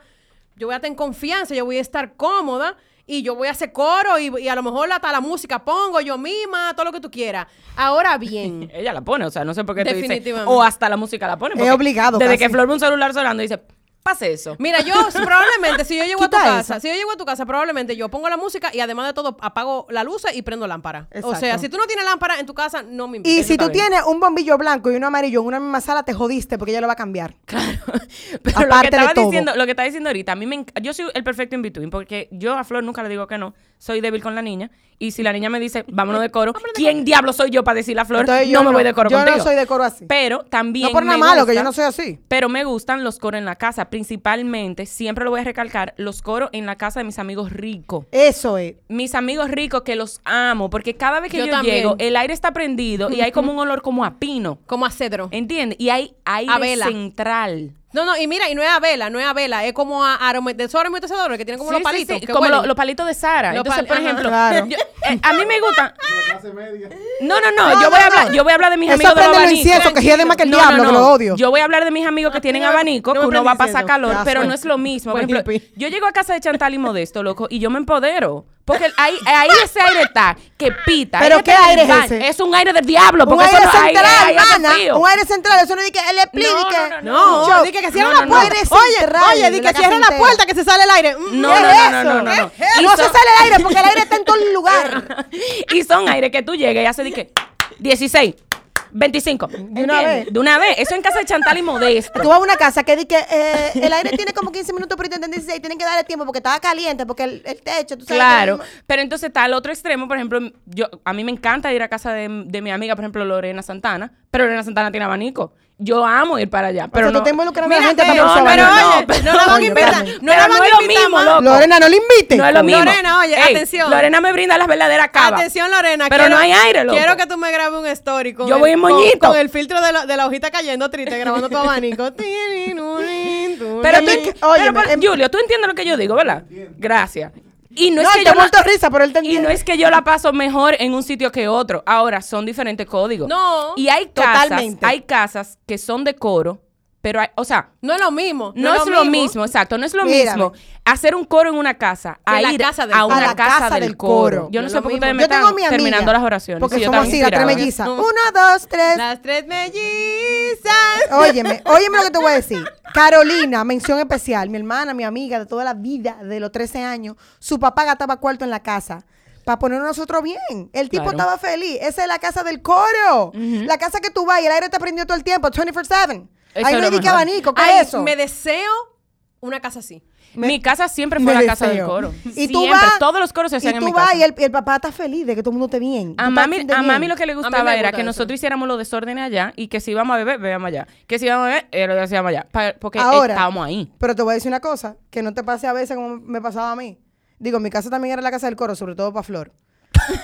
Speaker 3: yo voy a estar en confianza, yo voy a estar cómoda y yo voy a hacer coro y, y a lo mejor hasta la música pongo yo misma, todo lo que tú quieras. Ahora bien,
Speaker 2: Ella la pone, o sea, no sé por qué tú dices.
Speaker 3: Definitivamente.
Speaker 2: O hasta la música la pone.
Speaker 6: Mm. Es
Speaker 2: porque
Speaker 6: obligado,
Speaker 2: Desde
Speaker 6: casi.
Speaker 2: que Flor ve un celular sonando dice, pase eso.
Speaker 3: mira, yo probablemente si yo llego a tu
Speaker 6: Quita
Speaker 3: casa,
Speaker 6: esa.
Speaker 3: si yo llego a tu casa, probablemente yo pongo la música y además de todo apago la luz y prendo lámpara. O sea,
Speaker 6: Exacto.
Speaker 3: si tú no tienes lámpara en tu casa, no me
Speaker 6: Y
Speaker 3: invites.
Speaker 6: si
Speaker 2: está
Speaker 6: tú
Speaker 2: bien.
Speaker 6: tienes un bombillo blanco y uno amarillo en una misma sala, te jodiste porque ella lo va a cambiar.
Speaker 2: Claro.
Speaker 6: Aparte
Speaker 2: Pero lo que,
Speaker 6: de
Speaker 2: estaba
Speaker 6: todo.
Speaker 2: diciendo, lo que estaba diciendo ahorita, a mí me enc- yo soy el perfecto in between porque yo a Flor nunca le digo que no. Soy débil con la niña y si la niña me dice, vámonos de coro, ¿quién diablo soy yo para decirle a Flor?
Speaker 6: Entonces yo
Speaker 2: no me
Speaker 6: no-
Speaker 2: voy de coro
Speaker 6: yo no
Speaker 2: contigo.
Speaker 6: soy de coro así.
Speaker 2: Pero también
Speaker 6: no por nada
Speaker 2: me
Speaker 6: malo, que
Speaker 2: gusta-
Speaker 6: yo no soy así.
Speaker 2: Pero me gustan los coros en la casa, principalmente, siempre lo voy a recalcar, los coros en la casa de mis amigos ricos
Speaker 6: Eso es.
Speaker 2: mis amigos ricos que los amo, porque cada vez que
Speaker 3: Yo
Speaker 2: yo,
Speaker 3: también.
Speaker 2: llego, el aire está prendido y hay como un olor como a pino.
Speaker 3: como a cedro.
Speaker 2: ¿Entiendes? Y hay aire
Speaker 3: A vela.
Speaker 2: central.
Speaker 3: No, no, y mira, y no es a vela, no es a vela, es como a aroma, de esos aromatizadores que tienen como
Speaker 2: Sí,
Speaker 3: los
Speaker 2: sí,
Speaker 3: palitos.
Speaker 2: sí,
Speaker 3: que
Speaker 2: como
Speaker 3: huelen.
Speaker 2: lo- los palitos de Sara.
Speaker 3: Los
Speaker 2: Entonces,
Speaker 3: pal-
Speaker 2: por
Speaker 3: ajá.
Speaker 2: ejemplo,
Speaker 6: Claro.
Speaker 2: yo- eh, a mí me gusta. No, no, no,
Speaker 6: No,
Speaker 2: yo voy
Speaker 6: no,
Speaker 2: a hablar,
Speaker 6: no.
Speaker 2: yo voy a hablar de mis
Speaker 6: Eso
Speaker 2: amigos de los
Speaker 6: prende el
Speaker 2: abanicos.
Speaker 6: incienso, que hiede más que el
Speaker 2: Tranquilo.
Speaker 6: diablo, que lo odio.
Speaker 2: Yo voy a hablar de mis amigos que tienen
Speaker 3: no,
Speaker 2: abanico,
Speaker 3: no me
Speaker 2: que uno va a
Speaker 3: prende
Speaker 2: pasar
Speaker 3: incienso.
Speaker 2: calor,
Speaker 6: Ya,
Speaker 2: pero
Speaker 6: soy-
Speaker 2: no es lo mismo. Por
Speaker 6: soy
Speaker 2: ejemplo,
Speaker 6: hippie.
Speaker 2: yo llego a casa de Chantal y Modesto, loco, y yo me empodero. Porque el- ahí, ahí ese aire está, que pita.
Speaker 6: ¿Pero
Speaker 2: Ella
Speaker 6: qué
Speaker 2: está en el
Speaker 6: aire es
Speaker 2: baño.
Speaker 6: ese?
Speaker 2: Es un aire del diablo,
Speaker 6: Un
Speaker 2: porque
Speaker 6: aire
Speaker 2: eso no- ahí-
Speaker 6: central,
Speaker 2: ahí hace
Speaker 6: hermana.
Speaker 2: frío.
Speaker 6: Un aire central. Eso no di que el split,
Speaker 2: No,
Speaker 6: di que.
Speaker 2: no, no,
Speaker 6: Yo-
Speaker 3: No, di que, que cierra
Speaker 2: No,
Speaker 3: la
Speaker 2: no, no.
Speaker 3: puerta. Oye,
Speaker 6: Central,
Speaker 3: oye, di
Speaker 6: de
Speaker 3: que
Speaker 6: la
Speaker 3: cierra
Speaker 6: casa
Speaker 3: la
Speaker 6: entera.
Speaker 3: puerta que se sale el aire. Mm,
Speaker 2: No,
Speaker 6: ¿Qué
Speaker 2: no, no,
Speaker 6: es
Speaker 2: no,
Speaker 6: eso?
Speaker 2: no, no, no.
Speaker 6: ¿Qué es? No
Speaker 2: Y
Speaker 6: se
Speaker 2: son-
Speaker 6: sale el aire porque el aire está en todo el lugar.
Speaker 2: y son aire que tú llegas y haces de que 16, 25. De
Speaker 6: una vez.
Speaker 2: De una vez. Eso en casa de Chantal y Modesto.
Speaker 6: Tú vas a una casa que di que eh, el aire tiene como 15 minutos, pero intentan 16. Tienen que darle tiempo porque estaba caliente, porque el, el techo, tú sabes.
Speaker 2: Claro,
Speaker 6: que-
Speaker 2: pero entonces está el otro extremo, por ejemplo, yo a mí me encanta ir a casa de, de mi amiga, por ejemplo, Lorena Santana, pero Lorena Santana tiene abanico. Yo amo ir para allá, pero
Speaker 6: sea, tú
Speaker 2: no.
Speaker 6: estás involucrando a la
Speaker 2: Mira,
Speaker 6: gente
Speaker 2: que-
Speaker 6: también,
Speaker 2: no,
Speaker 6: Sabana.
Speaker 2: pero
Speaker 6: No,
Speaker 2: oye,
Speaker 6: pero-
Speaker 2: no la van a
Speaker 6: Oye,
Speaker 2: invitar,
Speaker 6: Carmen.
Speaker 2: no la
Speaker 3: Pero
Speaker 2: van
Speaker 3: no
Speaker 2: a
Speaker 3: es lo
Speaker 2: invitar,
Speaker 3: mismo,
Speaker 2: loco.
Speaker 6: Lorena, no le invite.
Speaker 2: No es lo mismo.
Speaker 3: Lorena, oye,
Speaker 2: Ey,
Speaker 3: atención.
Speaker 2: Lorena me brinda las verdaderas cavas.
Speaker 3: Atención, Lorena.
Speaker 2: Pero
Speaker 3: quiero-
Speaker 2: no hay aire, loco.
Speaker 3: Quiero que tú me grabes un story con,
Speaker 2: Yo
Speaker 3: el,
Speaker 2: voy en
Speaker 3: con-
Speaker 2: moñito.
Speaker 3: con el filtro de la, de la hojita cayendo triste, grabando tu abanico. Pero
Speaker 2: Pero,
Speaker 6: Yo
Speaker 2: tú,
Speaker 6: me-
Speaker 2: pero,
Speaker 6: óyeme,
Speaker 2: por-
Speaker 6: em-
Speaker 2: Julio, tú entiendes lo que yo digo, ¿verdad? Gracias. Y no,
Speaker 6: No,
Speaker 2: es
Speaker 6: él
Speaker 2: que
Speaker 6: te
Speaker 2: yo
Speaker 6: ha
Speaker 2: la-
Speaker 6: muerto de risa, pero él te
Speaker 2: y no
Speaker 6: entiende.
Speaker 2: es que yo la paso mejor en un sitio que otro. Ahora son diferentes códigos.
Speaker 3: No.
Speaker 2: Y hay casas,
Speaker 6: Totalmente.
Speaker 2: hay casas que son de coro, pero hay, o sea,
Speaker 3: no es lo mismo.
Speaker 2: no, es lo mismo. exacto, no es lo
Speaker 6: Mírame.
Speaker 2: mismo hacer un coro en una casa a
Speaker 3: Que la
Speaker 2: ir
Speaker 3: casa del
Speaker 2: a
Speaker 3: coro.
Speaker 2: una
Speaker 6: A la
Speaker 2: casa,
Speaker 6: casa
Speaker 2: del,
Speaker 6: del
Speaker 2: coro.
Speaker 6: coro.
Speaker 2: Yo no,
Speaker 3: No es
Speaker 2: sé
Speaker 3: lo
Speaker 2: por qué ustedes
Speaker 3: mismo.
Speaker 2: me
Speaker 6: Yo tengo a
Speaker 2: están
Speaker 6: mi amiga.
Speaker 2: terminando las oraciones.
Speaker 6: Porque
Speaker 2: Sí, yo
Speaker 6: somos
Speaker 2: estaba
Speaker 6: así, las tres
Speaker 2: inspirada.
Speaker 6: mellizas.
Speaker 3: No.
Speaker 6: Uno, dos, tres.
Speaker 3: Las tres mellizas.
Speaker 6: Óyeme, óyeme lo que te voy a decir. Carolina, mención especial, mi hermana, mi amiga de toda la vida, de los 13 años, su papá gastaba cuarto en la casa. Para ponernos nosotros bien. El tipo
Speaker 2: Claro.
Speaker 6: estaba feliz. Esa es la casa del coro. La casa que tú vas y el aire te prendió todo el tiempo, 24-7.
Speaker 2: Eso es
Speaker 6: Ahí no
Speaker 2: lo
Speaker 6: hay ni que
Speaker 2: mejor.
Speaker 6: abanico, ¿qué
Speaker 3: Ay,
Speaker 6: es eso?
Speaker 3: me deseo una casa así.
Speaker 2: mi casa siempre fue
Speaker 6: Me
Speaker 2: la casa
Speaker 6: deseo.
Speaker 2: del coro.
Speaker 6: Y tú
Speaker 2: Siempre,
Speaker 6: vas,
Speaker 2: todos los coros se hacían
Speaker 6: y
Speaker 2: en
Speaker 6: tú
Speaker 2: mi
Speaker 6: vas
Speaker 2: casa.
Speaker 6: Y el, y el papá está feliz de que todo el mundo esté bien.
Speaker 2: A
Speaker 6: Tú
Speaker 2: mami,
Speaker 6: estás
Speaker 2: a mami
Speaker 6: bien.
Speaker 2: lo que le
Speaker 3: mí me
Speaker 2: gustaba era
Speaker 3: gusta
Speaker 2: que
Speaker 3: eso.
Speaker 2: nosotros hiciéramos los desórdenes allá y que si íbamos a beber, bebíamos allá. Que si íbamos a beber, eh, lo hacíamos allá. Pa- porque
Speaker 6: Ahora,
Speaker 2: estábamos ahí.
Speaker 6: Pero te voy a decir una cosa, que no te pase a veces como me pasaba a mí. Digo, en mi casa también era la casa del coro, sobre todo para Flor.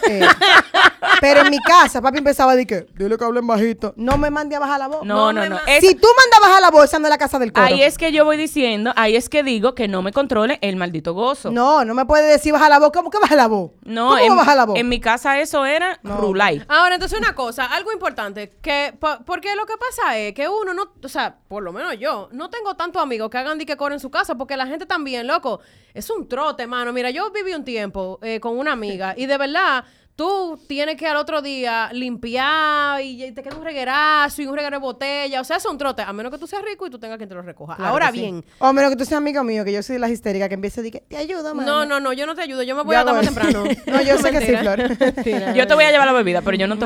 Speaker 6: Eh, pero en mi casa, papi empezaba a decir que, dile que hablen bajito. No me mande a bajar la voz.
Speaker 2: No,
Speaker 3: no
Speaker 2: no,
Speaker 3: me
Speaker 2: no.
Speaker 3: ma-
Speaker 2: Es-
Speaker 6: si tú mandas a bajar la voz, esa no es la casa del coro.
Speaker 2: ahí es que yo voy diciendo, ahí es que digo que no me controle el maldito gozo.
Speaker 6: No, no me puede decir baja la voz. ¿Cómo que baja la voz?
Speaker 2: No,
Speaker 6: ¿Cómo
Speaker 2: en,
Speaker 6: baja la voz?
Speaker 2: en mi casa eso era rulay.
Speaker 3: Ahora, entonces una cosa, algo importante, que po- porque lo que pasa es que uno no, o sea, por lo menos yo, no tengo tantos amigos que hagan dique coro en su casa, porque la gente también, loco, es un trote, mano. Mira, yo viví un tiempo eh, con una amiga y de verdad... Tú tienes que al otro día limpiar y y te queda un reguerazo y un reguero de botella. O sea, es un trote. A menos que tú seas rico y tú tengas quien te lo recoja.
Speaker 6: Claro
Speaker 3: Ahora
Speaker 6: que sí.
Speaker 3: bien,
Speaker 6: O menos que tú seas amigo mío, que yo soy de las histéricas, que empieza a decir que te ayudo, mami.
Speaker 3: no, no, no, yo no te ayudo. Yo me voy
Speaker 6: Yo
Speaker 3: a más
Speaker 6: hago
Speaker 3: temprano.
Speaker 6: eso. No, yo sé que sí,
Speaker 3: Mentira.
Speaker 6: Flor.
Speaker 3: Mentira.
Speaker 2: Yo te voy a llevar la bebida, pero yo no te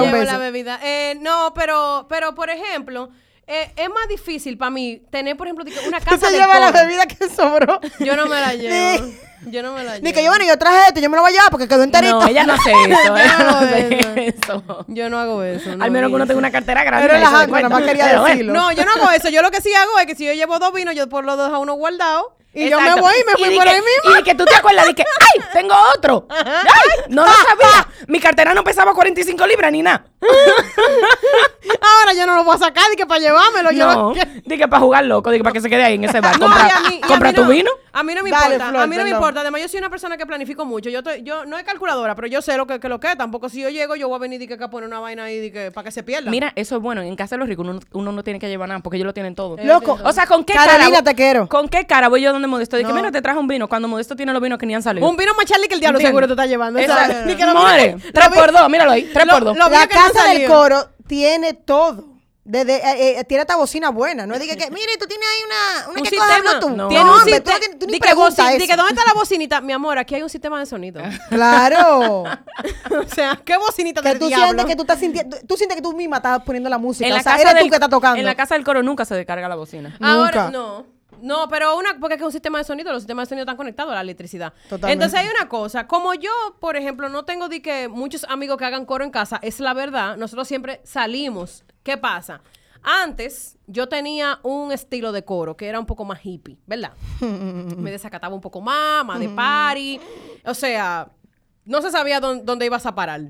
Speaker 2: ofrezco
Speaker 6: un
Speaker 2: nada.
Speaker 3: Llevo
Speaker 6: beso.
Speaker 3: la bebida. Eh, no, pero, pero por ejemplo, eh, es más difícil para mí tener, por ejemplo, de que una
Speaker 6: Tú
Speaker 3: casa
Speaker 6: te
Speaker 3: de
Speaker 6: llevas la
Speaker 3: coro.
Speaker 6: bebida que sobró.
Speaker 3: Yo no me la llevo.
Speaker 6: Ni-
Speaker 3: Yo no me la llevo.
Speaker 6: Ni que yo, bueno, yo traje esto, yo me lo voy a llevar porque quedó enterito.
Speaker 2: No, ella no hace eso. ella no hace
Speaker 3: Eso.
Speaker 2: eso.
Speaker 3: Yo no hago eso. no,
Speaker 2: Al menos que uno
Speaker 3: mira.
Speaker 2: tenga una cartera grande.
Speaker 6: Pero
Speaker 2: ahí se
Speaker 6: la-
Speaker 2: da cuenta.
Speaker 6: bueno, más quería
Speaker 2: Pero bueno.
Speaker 6: decirlo.
Speaker 3: No, yo no hago eso. Yo lo que sí hago es que si yo llevo dos vinos, yo por los dos a uno guardado. Y yo me
Speaker 2: Exacto.
Speaker 3: voy y me fui
Speaker 2: di
Speaker 3: por
Speaker 2: que-
Speaker 3: ahí mismo.
Speaker 2: Y di que tú te acuerdas de que, ¡ay! Tengo otro. ¡Ay! No lo sabía. Mi cartera no pesaba 45 libras ni nada.
Speaker 3: Ahora yo no lo voy a sacar, di que para llevármelo. yo
Speaker 2: No.
Speaker 3: lo-
Speaker 2: Dije para jugar loco, dije para que se quede ahí en ese bar.
Speaker 3: No,
Speaker 2: compra
Speaker 3: y a mí- y a
Speaker 2: compra
Speaker 3: mí
Speaker 2: tu
Speaker 3: no.
Speaker 2: vino.
Speaker 3: A mí no me
Speaker 6: Dale,
Speaker 3: importa,
Speaker 6: Flor,
Speaker 3: a mí no me
Speaker 6: perdón.
Speaker 3: importa. Además, yo soy una persona que planifico mucho. Yo, estoy- yo no es calculadora, pero yo sé lo que, que lo que es. Tampoco si yo llego, yo voy a venir y que, que a poner una vaina ahí y que, para que se pierda.
Speaker 2: Mira, eso es bueno. En casa de los ricos uno, uno no tiene que llevar nada porque ellos lo tienen todo.
Speaker 6: Loco.
Speaker 2: O sea, ¿con qué
Speaker 6: Carolina,
Speaker 2: cara?
Speaker 6: te quiero.
Speaker 2: ¿Con qué cara voy yo donde Modesto? Dije,
Speaker 6: No.
Speaker 2: mira, te traje un vino. Cuando Modesto tiene los vinos que ni han salido.
Speaker 3: un vino más Charlie que el diablo
Speaker 2: ¿Entiendes?
Speaker 3: seguro te está llevando.
Speaker 2: Exacto.
Speaker 3: ¿sabes? Ni que lo
Speaker 2: More,
Speaker 3: mire.
Speaker 2: tres
Speaker 3: Lo vi-
Speaker 2: por dos, míralo ahí, tres
Speaker 3: Lo-
Speaker 2: por dos.
Speaker 3: lo vi
Speaker 6: la
Speaker 3: que no
Speaker 6: casa del
Speaker 3: salió.
Speaker 6: coro tiene todo. Desde, eh, eh, tiene esta bocina buena. No diga que, mire, tú tienes ahí una, una
Speaker 3: un
Speaker 6: que
Speaker 3: sistema.
Speaker 6: cogerlo tú.
Speaker 2: No.
Speaker 3: Tiene un
Speaker 6: hombre, tú,
Speaker 3: sistema.
Speaker 6: no tienes- tú ni
Speaker 3: Di que
Speaker 6: preguntas
Speaker 3: boci-
Speaker 6: eso.
Speaker 3: di que, ¿dónde está la bocinita? Mi amor, aquí hay un sistema de sonido.
Speaker 6: Claro.
Speaker 3: o sea, ¿qué bocinita
Speaker 6: que
Speaker 3: del
Speaker 6: tú
Speaker 3: diablo?
Speaker 6: sientes que tú estás sintiendo, tú sientes que tú misma estás poniendo la música.
Speaker 2: En
Speaker 6: o
Speaker 2: la,
Speaker 6: sea,
Speaker 2: casa
Speaker 6: eres
Speaker 2: del,
Speaker 6: tú que estás tocando.
Speaker 2: en la casa del coro nunca se descarga la bocina.
Speaker 3: Ahora,
Speaker 6: Nunca.
Speaker 3: no. No, pero una, porque es que es un sistema de sonido, los sistemas de sonido están conectados a la electricidad.
Speaker 6: Totalmente.
Speaker 3: Entonces hay una cosa, como yo, por ejemplo, no tengo de que muchos amigos que hagan coro en casa, es la verdad, nosotros siempre salimos. ¿Qué pasa? Antes yo tenía un estilo de coro que era un poco más hippie, ¿verdad? Me desacataba un poco más, más de party, o sea, no se sabía dónde, dónde ibas a parar.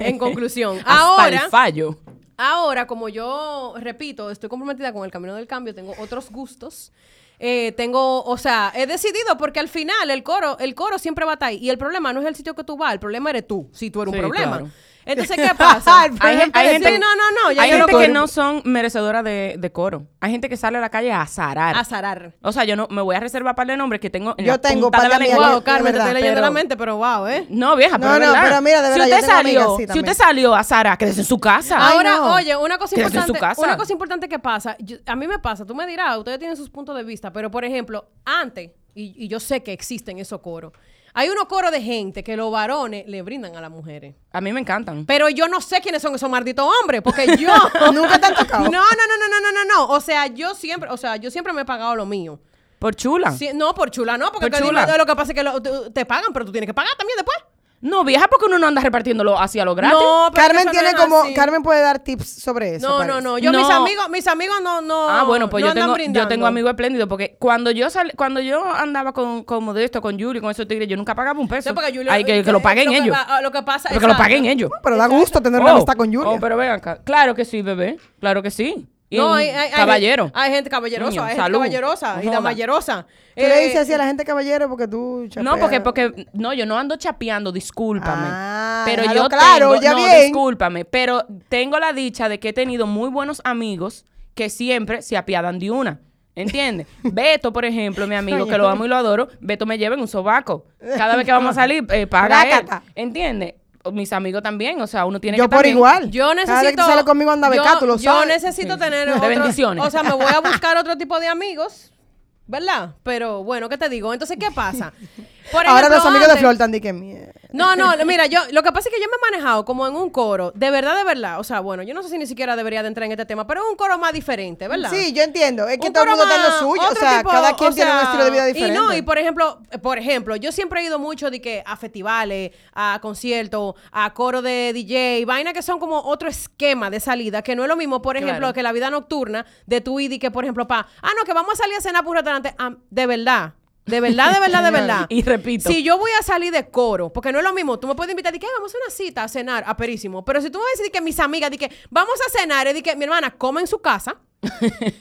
Speaker 3: en conclusión,
Speaker 2: Hasta
Speaker 3: ahora
Speaker 2: el fallo.
Speaker 3: Ahora, como yo repito, estoy comprometida con el camino del cambio, tengo otros gustos. eh, tengo, o sea, he decidido porque al final el coro, el coro siempre va a estar ahí. Y el problema no es el sitio que tú vas, el problema eres tú, si tú eres un
Speaker 2: Sí,
Speaker 3: problema.
Speaker 2: claro.
Speaker 3: Entonces, ¿qué pasa?
Speaker 6: El
Speaker 2: Hay, gen- hay
Speaker 3: Sí,
Speaker 2: gente,
Speaker 3: no, no, no, ya
Speaker 2: hay
Speaker 3: yo
Speaker 2: gente
Speaker 3: lo
Speaker 2: que
Speaker 3: corro.
Speaker 2: no son merecedoras de, de coro. Hay gente que sale a la calle a zarar.
Speaker 3: A zarar.
Speaker 2: O sea, yo no me voy a reservar par de nombres que tengo en
Speaker 6: Yo
Speaker 2: la
Speaker 6: tengo
Speaker 2: punta
Speaker 6: par
Speaker 2: de la
Speaker 6: de
Speaker 2: lengua.
Speaker 6: amigas
Speaker 3: Wow,
Speaker 6: de
Speaker 3: Carmen, te
Speaker 6: verdad,
Speaker 3: estoy leyendo la
Speaker 2: pero-
Speaker 3: mente, pero wow, ¿eh?
Speaker 2: No, vieja, pero
Speaker 6: No,
Speaker 2: es
Speaker 6: no,
Speaker 2: verdad.
Speaker 6: pero mira, de verdad,
Speaker 2: si
Speaker 6: yo
Speaker 2: usted
Speaker 6: tengo amigas
Speaker 2: salió,
Speaker 6: así
Speaker 2: si
Speaker 6: también.
Speaker 2: usted salió a Sara, quédese en su casa.
Speaker 6: Ay,
Speaker 3: Ahora,
Speaker 6: no.
Speaker 3: oye, una cosa
Speaker 2: Quédese en
Speaker 3: importante,
Speaker 2: su casa.
Speaker 3: una cosa importante que pasa, yo- a mí me pasa, tú me dirás, ustedes tienen sus puntos de vista, pero por ejemplo, antes, y, y yo sé que existen esos coros, hay unos coros de gente que los varones le brindan a las mujeres.
Speaker 2: A mí me encantan.
Speaker 3: Pero yo no sé quiénes son esos malditos hombres, porque yo
Speaker 6: Nunca te han tocado.
Speaker 3: No, no, no, no, no, no, no, no. O sea, yo siempre, o sea, yo siempre me he pagado lo mío.
Speaker 2: Por chula.
Speaker 3: Sí, no, por chula, no, porque
Speaker 2: Ah. Por
Speaker 3: que-
Speaker 2: chula.
Speaker 3: lo que pasa es que lo- te, te pagan, pero tú tienes que pagar también después.
Speaker 2: No, vieja, porque uno no anda repartiéndolo así a lo gratis.
Speaker 3: No, pero
Speaker 6: Carmen
Speaker 3: eso no
Speaker 6: tiene
Speaker 3: es
Speaker 6: como,
Speaker 3: así.
Speaker 6: Carmen puede dar tips sobre eso.
Speaker 3: No, no,
Speaker 6: parece.
Speaker 3: no. Yo mis
Speaker 2: No.
Speaker 3: amigos, mis amigos no, no.
Speaker 2: Ah, bueno, pues
Speaker 3: no
Speaker 2: yo,
Speaker 3: andan
Speaker 2: tengo, yo
Speaker 3: brindando.
Speaker 2: tengo amigos espléndidos porque cuando yo sal- cuando yo andaba con, con Modesto, con Julio, con esos tigres, yo nunca pagaba un peso.
Speaker 3: No, porque Julio-
Speaker 2: Hay que, que lo paguen
Speaker 3: lo que
Speaker 2: ellos.
Speaker 3: pa- lo que pasa-
Speaker 2: Pero que lo
Speaker 3: exacto.
Speaker 2: paguen ellos.
Speaker 6: Pero da gusto tener una
Speaker 2: Oh,
Speaker 6: amistad con Julia.
Speaker 2: Oh, pero ven acá. Claro que sí, bebé. Claro que sí. Y
Speaker 3: No,
Speaker 2: un
Speaker 3: hay, hay- hay
Speaker 2: caballero.
Speaker 3: gente- Hay, gente caballerosa,
Speaker 2: Coño,
Speaker 3: hay gente
Speaker 2: salud.
Speaker 3: caballerosa y
Speaker 2: Joda.
Speaker 3: damallerosa.
Speaker 6: Tú le
Speaker 3: Eh,
Speaker 6: dices así a la gente caballero porque tú
Speaker 2: No,
Speaker 6: chapeas.
Speaker 2: porque, porque, no, yo no ando chapeando, discúlpame.
Speaker 6: Ah,
Speaker 2: pero
Speaker 6: déjalo
Speaker 2: yo
Speaker 6: claro,
Speaker 2: tengo,
Speaker 6: ya
Speaker 2: no,
Speaker 6: bien.
Speaker 2: discúlpame, pero tengo la dicha de que he tenido muy buenos amigos que siempre se apiadan de una. ¿Entiendes? Beto, por ejemplo, mi amigo, que lo amo y lo adoro, Beto me lleva en un sobaco. Cada vez que vamos a salir, eh, paga él.
Speaker 6: Rácata.
Speaker 2: ¿Entiendes? O Mis amigos también, o sea, uno tiene
Speaker 6: Yo
Speaker 2: que
Speaker 6: por
Speaker 2: también-
Speaker 6: igual.
Speaker 3: Yo necesito.
Speaker 6: Cada vez que tú sales conmigo anda
Speaker 3: yo-
Speaker 6: becado, tú lo
Speaker 3: yo
Speaker 6: sabes.
Speaker 3: necesito tener.
Speaker 2: De
Speaker 3: otro-
Speaker 2: bendiciones.
Speaker 3: O sea, me voy a buscar otro tipo de amigos, ¿verdad? Pero bueno, ¿qué te digo? Entonces, ¿qué pasa? Por
Speaker 6: Ahora
Speaker 3: ejemplo,
Speaker 6: los amigos de
Speaker 3: antes-
Speaker 6: Flor Tandy que mierda.
Speaker 3: No, no, mira, yo lo que pasa es que yo me he manejado como en un coro, de verdad, de verdad. O sea, bueno, yo no sé si ni siquiera debería de entrar en este tema, pero es un coro más diferente, ¿verdad?
Speaker 6: Sí, yo entiendo. Es que
Speaker 3: Un
Speaker 6: todo el mundo
Speaker 3: programa,
Speaker 6: está en lo suyo. O
Speaker 3: otro
Speaker 6: sea,
Speaker 3: tipo,
Speaker 6: cada
Speaker 3: o
Speaker 6: quien tiene un
Speaker 3: sea,
Speaker 6: estilo de vida diferente.
Speaker 3: Y no, y por ejemplo, eh, por ejemplo, yo siempre he ido mucho de que a festivales, a conciertos, a coro de DJ, vaina que son como otro esquema de salida, que no es lo mismo, por ejemplo,
Speaker 2: Claro.
Speaker 3: que la vida nocturna de tu y de que, por ejemplo, pa, ah, no, que vamos a salir a cenar por un restaurante, Ah, de verdad. De verdad, de verdad, de verdad.
Speaker 2: Y repito.
Speaker 3: Si yo voy a salir de coro, porque no es lo mismo, tú me puedes invitar, di que "Ay, vamos a una cita a cenar, aperísimo. Pero si tú me vas a decir que mis amigas, di que vamos a cenar, es di que mi hermana come en su casa,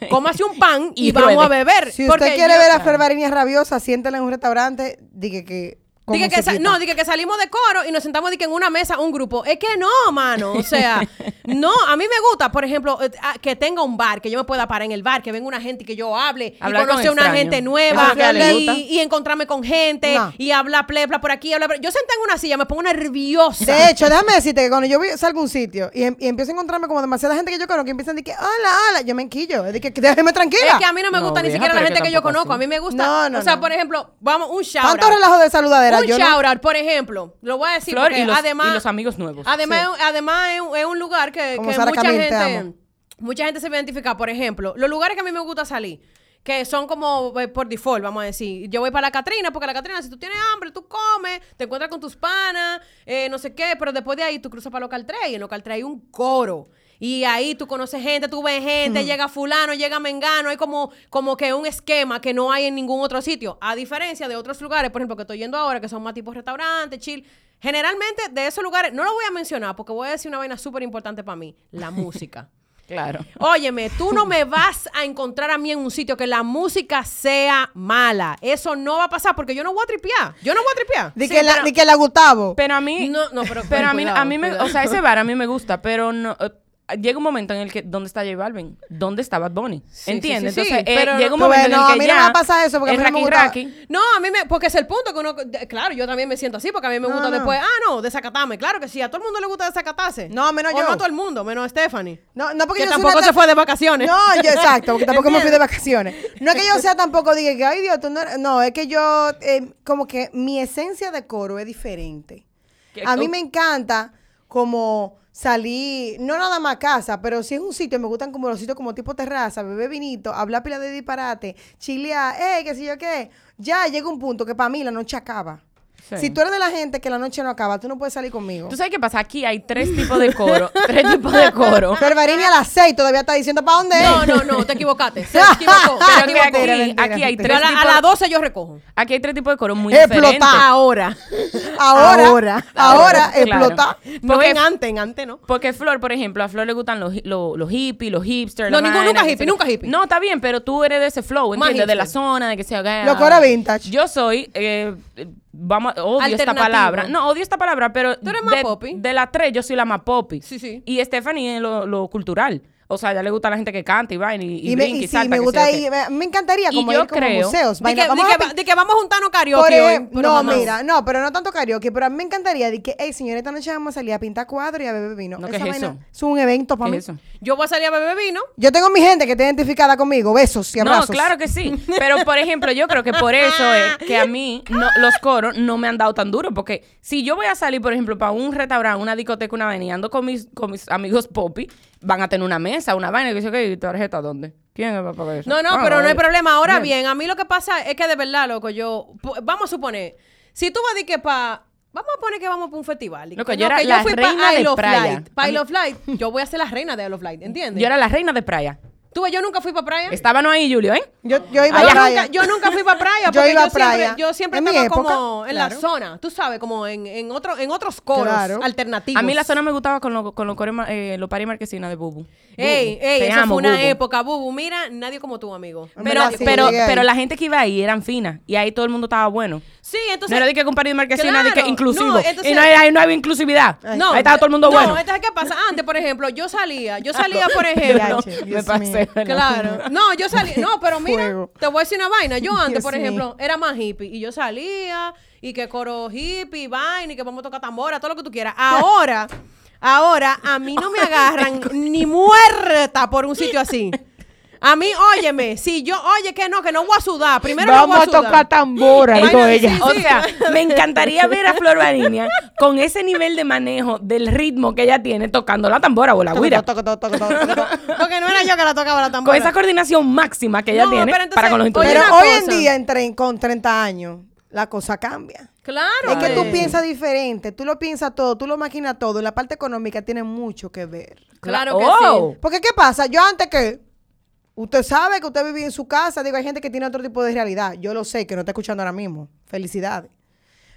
Speaker 3: cómase un pan y,
Speaker 2: Y
Speaker 3: vamos
Speaker 2: ruede.
Speaker 3: a beber.
Speaker 6: si usted quiere
Speaker 3: yo-
Speaker 6: ver a Flor Varinia rabiosa, siéntela en un restaurante, diga que... como
Speaker 3: Dije que
Speaker 6: se
Speaker 3: sa-
Speaker 6: quita.
Speaker 3: no, dije que salimos de coro y nos sentamos dije, en una mesa, un grupo. Es que no, mano. O sea, no, a mí me gusta, por ejemplo, eh, ah, que tenga un bar, que yo me pueda parar en el bar, que venga una gente y que yo hable
Speaker 2: Hablar
Speaker 3: y
Speaker 2: con
Speaker 3: conocer una
Speaker 2: extraños.
Speaker 3: gente
Speaker 2: Eso
Speaker 3: nueva
Speaker 2: es lo que a ella le
Speaker 3: y,
Speaker 2: gusta.
Speaker 3: y encontrarme con gente
Speaker 6: No.
Speaker 3: y hablar plepla por aquí, hablar. Yo sentada en una silla me pongo nerviosa.
Speaker 6: De hecho, déjame decirte que cuando yo voy- salgo a un sitio y, em- y empiezo a encontrarme como demasiada gente que yo conozco, que empiezan a decir que, hola, hola, yo me enquillo. Es de que que déjeme tranquila.
Speaker 3: Es que a mí no me
Speaker 2: No,
Speaker 3: gusta ni
Speaker 2: vieja,
Speaker 3: siquiera la
Speaker 2: pero
Speaker 3: gente
Speaker 2: que
Speaker 3: que, yo
Speaker 2: tampoco
Speaker 3: conozco.
Speaker 2: así.
Speaker 3: A mí me gusta.
Speaker 6: No, no,
Speaker 3: o sea,
Speaker 6: no.
Speaker 3: por ejemplo, vamos, un shout
Speaker 6: Tanto relajo de saludadera.
Speaker 3: Un
Speaker 6: yo no-
Speaker 3: shout out, por ejemplo. Lo voy a decir
Speaker 2: Flor
Speaker 3: porque
Speaker 2: y los,
Speaker 3: además.
Speaker 2: y los amigos nuevos.
Speaker 3: Además, además es, un, es un lugar que,
Speaker 6: Como
Speaker 3: que
Speaker 6: Sara
Speaker 3: mucha
Speaker 6: Camil, te amo.
Speaker 3: gente mucha gente se identifica. Por ejemplo, los lugares que a mí me gusta salir, que son como eh, por default, vamos a decir. Yo voy para la Catrina, porque la Catrina, si tú tienes hambre, tú comes, te encuentras con tus panas, eh, no sé qué, pero después de ahí tú cruzas para local 3 y en local 3 hay un coro. Y ahí tú conoces gente, tú ves gente, llega fulano, llega mengano, hay como, como que un esquema que no hay en ningún otro sitio. A diferencia de otros lugares, por ejemplo, que estoy yendo ahora, que son más tipo restaurantes, chill. Generalmente de esos lugares, no lo voy a mencionar porque voy a decir una vaina súper importante para mí, la música.
Speaker 2: Claro.
Speaker 3: Óyeme, tú no me vas a encontrar a mí en un sitio que la música sea mala. Eso no va a pasar porque yo no voy a tripear. Yo no voy a tripear.
Speaker 6: Di,
Speaker 3: Sí,
Speaker 6: que la,
Speaker 3: pero-
Speaker 6: di que la Gustavo.
Speaker 2: Pero a mí.
Speaker 3: No, no, pero-
Speaker 2: Pero a mí,
Speaker 3: cuidado,
Speaker 2: a mí me.
Speaker 3: cuidado.
Speaker 2: O sea, ese bar a mí me gusta, pero no. eh, Llega un momento en el que. ¿Dónde está J Balvin? ¿Dónde está Bad Bunny?
Speaker 3: sí,
Speaker 2: ¿Entiendes?
Speaker 3: sí, sí,
Speaker 2: Entonces, eh,
Speaker 3: pero
Speaker 2: llega
Speaker 3: no-
Speaker 2: un momento
Speaker 6: Bueno,
Speaker 2: en el que.
Speaker 6: a mí no
Speaker 2: ya
Speaker 6: me va a pasar eso, porque a
Speaker 2: es
Speaker 6: mí no me
Speaker 2: raqui,
Speaker 6: gusta-
Speaker 2: raqui.
Speaker 3: No, a mí me. Porque es el punto que uno. de- claro, yo también me siento así porque a mí me gusta
Speaker 6: no.
Speaker 3: después. Ah, no, desacatarme. Claro que sí, a todo el mundo le gusta desacatarse.
Speaker 6: No, menos
Speaker 3: O
Speaker 6: yo.
Speaker 3: no a todo el mundo, menos a Stephanie.
Speaker 6: No, no porque
Speaker 3: que
Speaker 6: yo soy
Speaker 3: tampoco
Speaker 6: una
Speaker 3: se
Speaker 6: tra-
Speaker 3: fue de vacaciones.
Speaker 6: No, yo, exacto, porque tampoco me fui de
Speaker 3: ¿Entiendes?
Speaker 6: vacaciones. No es que yo sea tampoco, diga que, ay Dios, tú no eres-". No, es que yo, eh, como que mi esencia de coro es diferente.
Speaker 2: Que
Speaker 6: A
Speaker 2: tú-
Speaker 6: mí me encanta como salir, no nada más a casa, pero si es un sitio, me gustan como los sitios como tipo terraza, beber vinito, hablar pila de disparate, chilear, eh, qué sé yo qué. Ya llega un punto que para mí la noche acaba.
Speaker 2: Sí.
Speaker 6: Si tú eres de la gente que la noche no acaba, tú no puedes salir conmigo.
Speaker 2: Tú sabes qué pasa. Aquí hay tres tipos de coro. tres tipos de coro.
Speaker 6: Pero Varini a las seis todavía está diciendo para dónde es.
Speaker 3: No, no, no, te equivocaste. Se equivocó.
Speaker 6: Ah,
Speaker 2: Pero que
Speaker 6: mentira,
Speaker 2: aquí,
Speaker 6: mentira,
Speaker 2: aquí hay
Speaker 3: Yo
Speaker 2: tres
Speaker 6: mentira.
Speaker 3: a, la- a
Speaker 2: tipos.
Speaker 3: las 12 yo recojo.
Speaker 2: Aquí hay tres tipos de coro muy
Speaker 6: Explotá.
Speaker 2: diferentes.
Speaker 3: Ahora.
Speaker 6: Ahora, ahora,
Speaker 2: Ahora. Claro.
Speaker 6: explota.
Speaker 3: No
Speaker 2: Porque-
Speaker 3: en antes, en antes, ¿no?
Speaker 2: Porque Flor, por ejemplo, a Flor le gustan los, hi- lo- los hippies, los hipsters.
Speaker 3: No,
Speaker 2: la
Speaker 3: ningún-
Speaker 2: vaina,
Speaker 3: nunca
Speaker 2: que
Speaker 3: hippie,
Speaker 2: sé-
Speaker 3: nunca hippie.
Speaker 2: No, está bien, pero tú eres de ese flow,
Speaker 3: Más
Speaker 2: ¿entiendes? De la
Speaker 3: hipster.
Speaker 2: zona, de que se haga.
Speaker 6: Lo cora vintage.
Speaker 2: Yo soy, eh, eh, vamos, a- odio esta
Speaker 3: Alternativo.
Speaker 2: palabra. No, odio esta palabra, pero.
Speaker 3: Tú eres más
Speaker 2: de,
Speaker 3: poppy.
Speaker 2: De las tres, yo soy la más poppy.
Speaker 3: Sí, sí.
Speaker 2: Y Stephanie es lo, lo cultural. O sea, ya le gusta a la gente que canta y vaina y, y,
Speaker 6: Y, me,
Speaker 2: brinca y
Speaker 6: y sí,
Speaker 2: salta,
Speaker 6: me
Speaker 2: que sé
Speaker 6: gusta
Speaker 2: yo qué.
Speaker 6: ir, me, me encantaría
Speaker 2: Y
Speaker 6: como
Speaker 2: yo
Speaker 6: ir como
Speaker 2: creo-
Speaker 6: museos.
Speaker 3: De
Speaker 6: vaina,
Speaker 3: que,
Speaker 6: vamos
Speaker 3: de
Speaker 6: a
Speaker 3: que
Speaker 6: pi-
Speaker 3: va- de que vamos a juntarnos
Speaker 6: Por
Speaker 3: karaoke hoy.
Speaker 6: ej-
Speaker 3: pero
Speaker 6: no,
Speaker 3: jamás.
Speaker 6: mira, no, pero no tanto karaoke, pero a mí me encantaría de que, hey, señorita, esta noche vamos a salir a pintar cuadros y a beber vino.
Speaker 2: No, ¿qué
Speaker 6: Esa
Speaker 2: es
Speaker 6: vaina
Speaker 2: eso?
Speaker 6: es un evento para
Speaker 2: ¿Qué
Speaker 6: mí.
Speaker 2: es eso?
Speaker 3: Yo voy a salir a beber vino.
Speaker 6: Yo tengo mi gente que está identificada conmigo, besos y abrazos.
Speaker 2: No, claro que sí. Pero, por ejemplo, yo creo que por eso es que a mí no- los coros no me han dado tan duro. Porque si yo voy a salir, por ejemplo, para un restaurante, una discoteca, una vaina, y ando con mis, con mis amigos popi, van a tener una mesa, una vaina, y yo ¿qué? ¿Y tarjeta dónde? ¿Quién va a pagar eso?
Speaker 3: No, no,
Speaker 2: Ah,
Speaker 3: pero no hay
Speaker 2: vale.
Speaker 3: problema. Ahora bien, a mí lo que pasa es que de verdad, loco, yo. pu- Vamos a suponer, si tú vas a decir que para. Vamos a poner que vamos para un festival. y
Speaker 2: Loco,
Speaker 3: que
Speaker 2: yo era
Speaker 3: que
Speaker 2: la
Speaker 3: pa'
Speaker 2: reina de
Speaker 3: Isle of
Speaker 2: playa.
Speaker 3: Light.
Speaker 2: A
Speaker 3: Para
Speaker 2: mí-
Speaker 3: Isle of Light, yo voy a ser la reina de Isle of Light, ¿entiendes?
Speaker 2: Yo era la reina de playa.
Speaker 3: Tú ves, yo nunca fui para playa.
Speaker 2: Estábamos ahí, Julio, ¿eh?
Speaker 6: Yo, yo iba
Speaker 2: Allá.
Speaker 6: a
Speaker 3: yo,
Speaker 6: playa.
Speaker 3: nunca, yo nunca fui para playa
Speaker 6: Yo
Speaker 3: porque yo,
Speaker 6: iba a playa.
Speaker 3: siempre, yo siempre
Speaker 6: En mi
Speaker 3: estaba
Speaker 6: época,
Speaker 3: como en
Speaker 6: claro.
Speaker 3: la zona, tú sabes, como en, en, otro, en otros coros
Speaker 6: Claro.
Speaker 3: alternativos.
Speaker 2: A mí la zona me gustaba con, lo- con los coros, ma- eh, los paris marquesina de Bubu.
Speaker 3: Ey,
Speaker 2: Bubu,
Speaker 3: ey,
Speaker 2: te
Speaker 3: eso
Speaker 2: amo,
Speaker 3: fue una
Speaker 2: Bubu.
Speaker 3: época, Bubu. Mira, nadie como tú, amigo.
Speaker 6: En
Speaker 2: Pero,
Speaker 6: verdad, sí,
Speaker 2: pero,
Speaker 6: llegué ahí.
Speaker 2: pero la gente que iba ahí eran finas y ahí todo el mundo estaba bueno.
Speaker 3: Sí, entonces.
Speaker 2: No era de que con París Marquesina, de que
Speaker 3: Claro,
Speaker 2: inclusivo.
Speaker 3: no, entonces-
Speaker 2: y no, hay- ahí no había inclusividad.
Speaker 3: No,
Speaker 2: ahí estaba todo el mundo
Speaker 3: no,
Speaker 2: bueno.
Speaker 3: entonces, ¿qué pasa? Antes, por ejemplo, yo salía, yo salía, por ejemplo.
Speaker 6: Yache,
Speaker 2: me
Speaker 6: Dios
Speaker 2: pasé.
Speaker 6: mío.
Speaker 2: ¿verdad?
Speaker 3: Claro. No, yo salía. No, pero mira,
Speaker 6: Fuego.
Speaker 3: te voy a decir una vaina. Yo antes,
Speaker 6: Dios
Speaker 3: por
Speaker 6: mío.
Speaker 3: ejemplo, era más hippie. Y yo salía, y que coro hippie, vaina, y que vamos a tocar tambora, todo lo que tú quieras. Ahora, ahora, a mí no me agarran ni muerta por un sitio así. A mí, óyeme, si yo, oye, que no, que no voy a sudar. Primero no voy a, sudar.
Speaker 6: tambora,
Speaker 3: Ay, no, sí,
Speaker 2: O sea, me encantaría ver a Flor Varinia con ese nivel de manejo del ritmo que ella tiene tocando la tambora o la guira.
Speaker 6: Toco, toco, toco, toco, toco, toco.
Speaker 3: Porque no era yo que la tocaba la tambora.
Speaker 2: Con esa coordinación máxima que ella
Speaker 3: No,
Speaker 2: tiene
Speaker 3: pero entonces,
Speaker 2: para con los
Speaker 3: oye,
Speaker 2: instrumentos.
Speaker 6: Pero
Speaker 3: una
Speaker 6: hoy en
Speaker 3: cosa.
Speaker 6: día, en tre- con 30 años, la cosa cambia.
Speaker 3: Claro.
Speaker 6: Es que tú
Speaker 3: eh.
Speaker 6: piensas diferente, tú lo piensas todo, tú lo maquinas todo. Y la parte económica tiene mucho que ver.
Speaker 3: Claro que
Speaker 2: Oh.
Speaker 6: Porque, ¿qué pasa? Yo antes que. Usted sabe que usted vivía en su casa. Digo, hay gente que tiene otro tipo de realidad. Yo lo sé, que no está escuchando ahora mismo. Felicidades.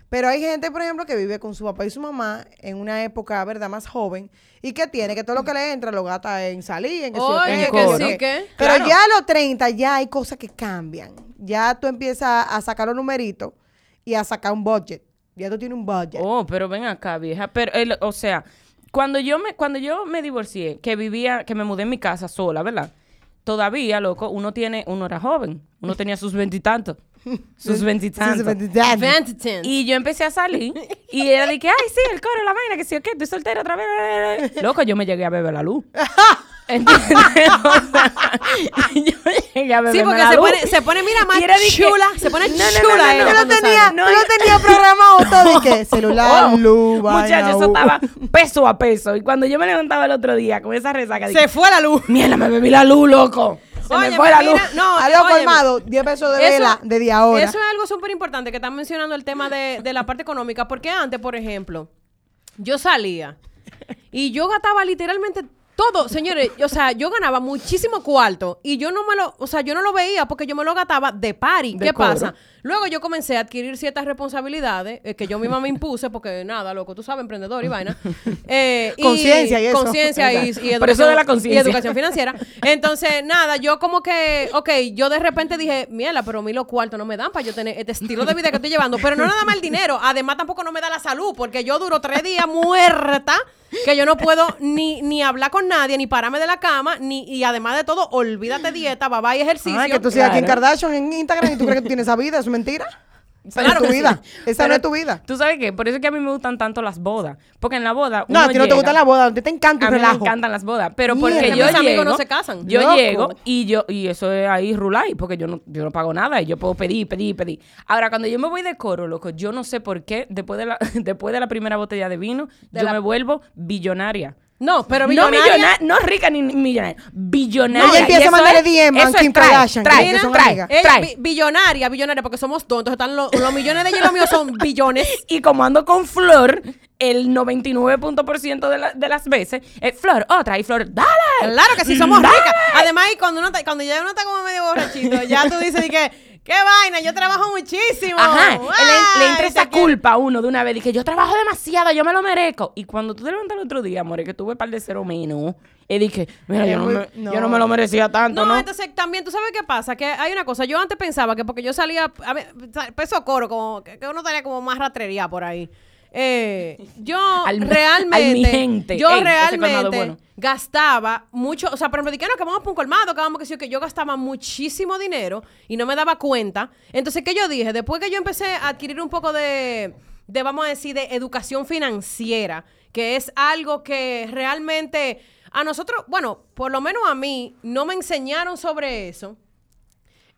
Speaker 6: Pero hay gente, por ejemplo, que vive con su papá y su mamá en una época, ¿verdad?, más joven. Y que tiene que todo lo que le entra lo gasta en salir, en que sí o
Speaker 3: Oye,
Speaker 6: qué,
Speaker 2: que
Speaker 6: qué
Speaker 2: sí,
Speaker 6: yo qué.
Speaker 3: que-
Speaker 6: Pero
Speaker 2: Claro.
Speaker 6: ya a los 30 ya hay cosas que cambian. Ya tú empiezas a sacar los numeritos y a sacar un budget. Ya tú tienes un budget.
Speaker 2: Oh, pero ven acá, vieja. Pero, el- o sea, cuando yo me, cuando yo me divorcié, que vivía, que me mudé en mi casa sola, ¿verdad? Todavía, loco, uno tiene, uno era joven, uno tenía sus veintitantos, sus
Speaker 6: Sí, sí,
Speaker 2: veintitantos.
Speaker 6: ¿verdad?
Speaker 3: Ventitins.
Speaker 2: Y yo empecé a salir y era de que, ay, sí, el coro, la vaina, que sí, o qué, estoy soltera otra vez. bla, bla, bla". Loco, yo me llegué a beber la luz. ¿Entiendes? O sea, yo llegué a beber
Speaker 3: Sí, porque
Speaker 2: la
Speaker 3: se
Speaker 2: luz.
Speaker 3: pone, se pone, mira, más
Speaker 2: Y era de que-
Speaker 3: chula. Se pone
Speaker 2: No, no,
Speaker 3: chula.
Speaker 2: no, no,
Speaker 3: ella
Speaker 6: Yo lo
Speaker 3: cuando
Speaker 6: tenía,
Speaker 3: sale.
Speaker 6: yo lo tenía programado todo. ¿Y qué? Celular,
Speaker 2: Oh,
Speaker 6: luz, vaina,
Speaker 2: Muchachos, eso
Speaker 6: uh.
Speaker 2: estaba peso a peso. Y cuando yo me levantaba el otro día con esa resaca, dije,
Speaker 3: Se fue la luz.
Speaker 2: mierda, me bebí la luz, loco. Se me
Speaker 3: Óyeme,
Speaker 2: fue la
Speaker 3: mira,
Speaker 2: luz.
Speaker 3: no,
Speaker 6: A lo
Speaker 3: óyeme.
Speaker 6: colmado, 10 pesos de
Speaker 3: Eso-
Speaker 6: vela de día a hora.
Speaker 3: Eso es algo súper importante que están mencionando el tema de, de la parte económica. Porque antes, por ejemplo, yo salía y yo gastaba literalmente Todo, señores, o sea, yo ganaba muchísimo cuarto y yo no me lo, o sea, yo no lo veía porque yo me lo gastaba de party.
Speaker 2: De
Speaker 3: ¿Qué
Speaker 2: coro.
Speaker 3: pasa? Luego yo comencé a adquirir ciertas responsabilidades eh, que yo misma me impuse porque nada, loco, tú sabes, emprendedor y vaina. Eh,
Speaker 6: Conciencia y eso.
Speaker 3: Conciencia y, y
Speaker 2: Exacto.
Speaker 3: educación.
Speaker 2: Pero eso de la
Speaker 3: y
Speaker 2: conciencia.
Speaker 3: educación financiera. Entonces, nada, yo como que, ok, yo de repente dije, mierda, pero a mí los cuartos no me dan para yo tener este estilo de vida que estoy llevando. Pero no nada más el dinero, además tampoco no me da la salud, porque yo duro tres días muerta, que yo no puedo ni, ni hablar con nadie, ni pararme de la cama, ni, y además de todo, olvídate dieta, bye bye ejercicio.
Speaker 6: Ah, que tú sigas aquí en
Speaker 2: Claro.
Speaker 6: Kardashian, en Instagram, y tú crees que tú tienes esa vida. ¿Eso es mentira? Esa
Speaker 2: Claro
Speaker 6: no es
Speaker 2: que
Speaker 6: tu
Speaker 2: sí.
Speaker 6: vida. Esa no
Speaker 2: Pero
Speaker 6: es tu vida.
Speaker 2: ¿Tú sabes qué? Por eso es que a mí me gustan tanto las bodas. Porque en la boda.
Speaker 6: No, a
Speaker 2: uno
Speaker 6: ti no te
Speaker 2: llega-
Speaker 6: gusta la boda. A ti te encanta
Speaker 2: A
Speaker 6: un
Speaker 2: mí me
Speaker 6: relajo.
Speaker 2: encantan las bodas, pero
Speaker 6: Mierda,
Speaker 2: porque
Speaker 6: mis
Speaker 2: yo
Speaker 3: amigos
Speaker 2: llego,
Speaker 3: no se casan.
Speaker 2: yo
Speaker 6: Loco.
Speaker 2: llego y yo y eso es ahí rulay, porque yo no yo no pago nada y yo puedo pedir, pedir, pedir. Ahora cuando yo me voy de coro, loco, yo no sé por qué después de la después de la primera botella de vino, yo me vuelvo billonaria.
Speaker 3: No, pero
Speaker 2: no
Speaker 3: millonaria-
Speaker 2: millonaria, no rica ni ni millonaria, billonaria.
Speaker 6: No, ella empieza
Speaker 2: Y
Speaker 6: a
Speaker 2: eso
Speaker 6: mandarle
Speaker 2: es-
Speaker 6: DM a
Speaker 2: eso es
Speaker 6: Kim
Speaker 2: trae,
Speaker 6: Kardashian, que
Speaker 2: Trae,
Speaker 6: ellas son
Speaker 2: trae,
Speaker 6: amigas.
Speaker 3: Ella,
Speaker 2: trae.
Speaker 3: bi- billonaria, billonaria, porque somos tontos. Están los, los millones de ellos y los míos son billones.
Speaker 2: Y como ando con Flor, el 99% de, la- de las veces, eh, Flor, otra, y Flor, dale.
Speaker 3: Claro que sí, somos
Speaker 2: Dale.
Speaker 3: ricas. Además, y cuando, uno está- cuando ya uno está como medio borrachito, ya tú dices, di que, qué vaina, yo trabajo muchísimo.
Speaker 2: Ajá,
Speaker 3: Ay,
Speaker 2: le, le entra
Speaker 3: te
Speaker 2: esa
Speaker 3: quiero".
Speaker 2: culpa a uno de una vez. Dije, yo trabajo demasiado, yo me lo merezco. Y cuando tú te levantas el otro día, amor, que tuve par de cero menos, y dije, mira,
Speaker 6: Es
Speaker 2: yo no,
Speaker 6: muy-
Speaker 2: me,
Speaker 6: no.
Speaker 2: yo no me lo merecía tanto,
Speaker 3: No,
Speaker 2: ¿no?
Speaker 3: entonces también, ¿tú sabes qué pasa? Que hay una cosa, yo antes pensaba que porque yo salía, a ver, sa- peso coro, como que que uno tenía como más ratrería por ahí. Eh, yo
Speaker 2: Al- al mi
Speaker 3: realmente,
Speaker 2: gente.
Speaker 3: yo
Speaker 2: Ey, ese colmado
Speaker 3: realmente
Speaker 2: es bueno.
Speaker 3: gastaba mucho, o sea, por ejemplo, di que "Ah, no, que vamos por un colmado, que vamos que sí, que yo gastaba muchísimo dinero y no me daba cuenta. Entonces, ¿qué yo dije? Después que yo empecé a adquirir un poco de, de vamos a decir, de educación financiera, que es algo que realmente a nosotros, bueno, por lo menos a mí, no me enseñaron sobre eso.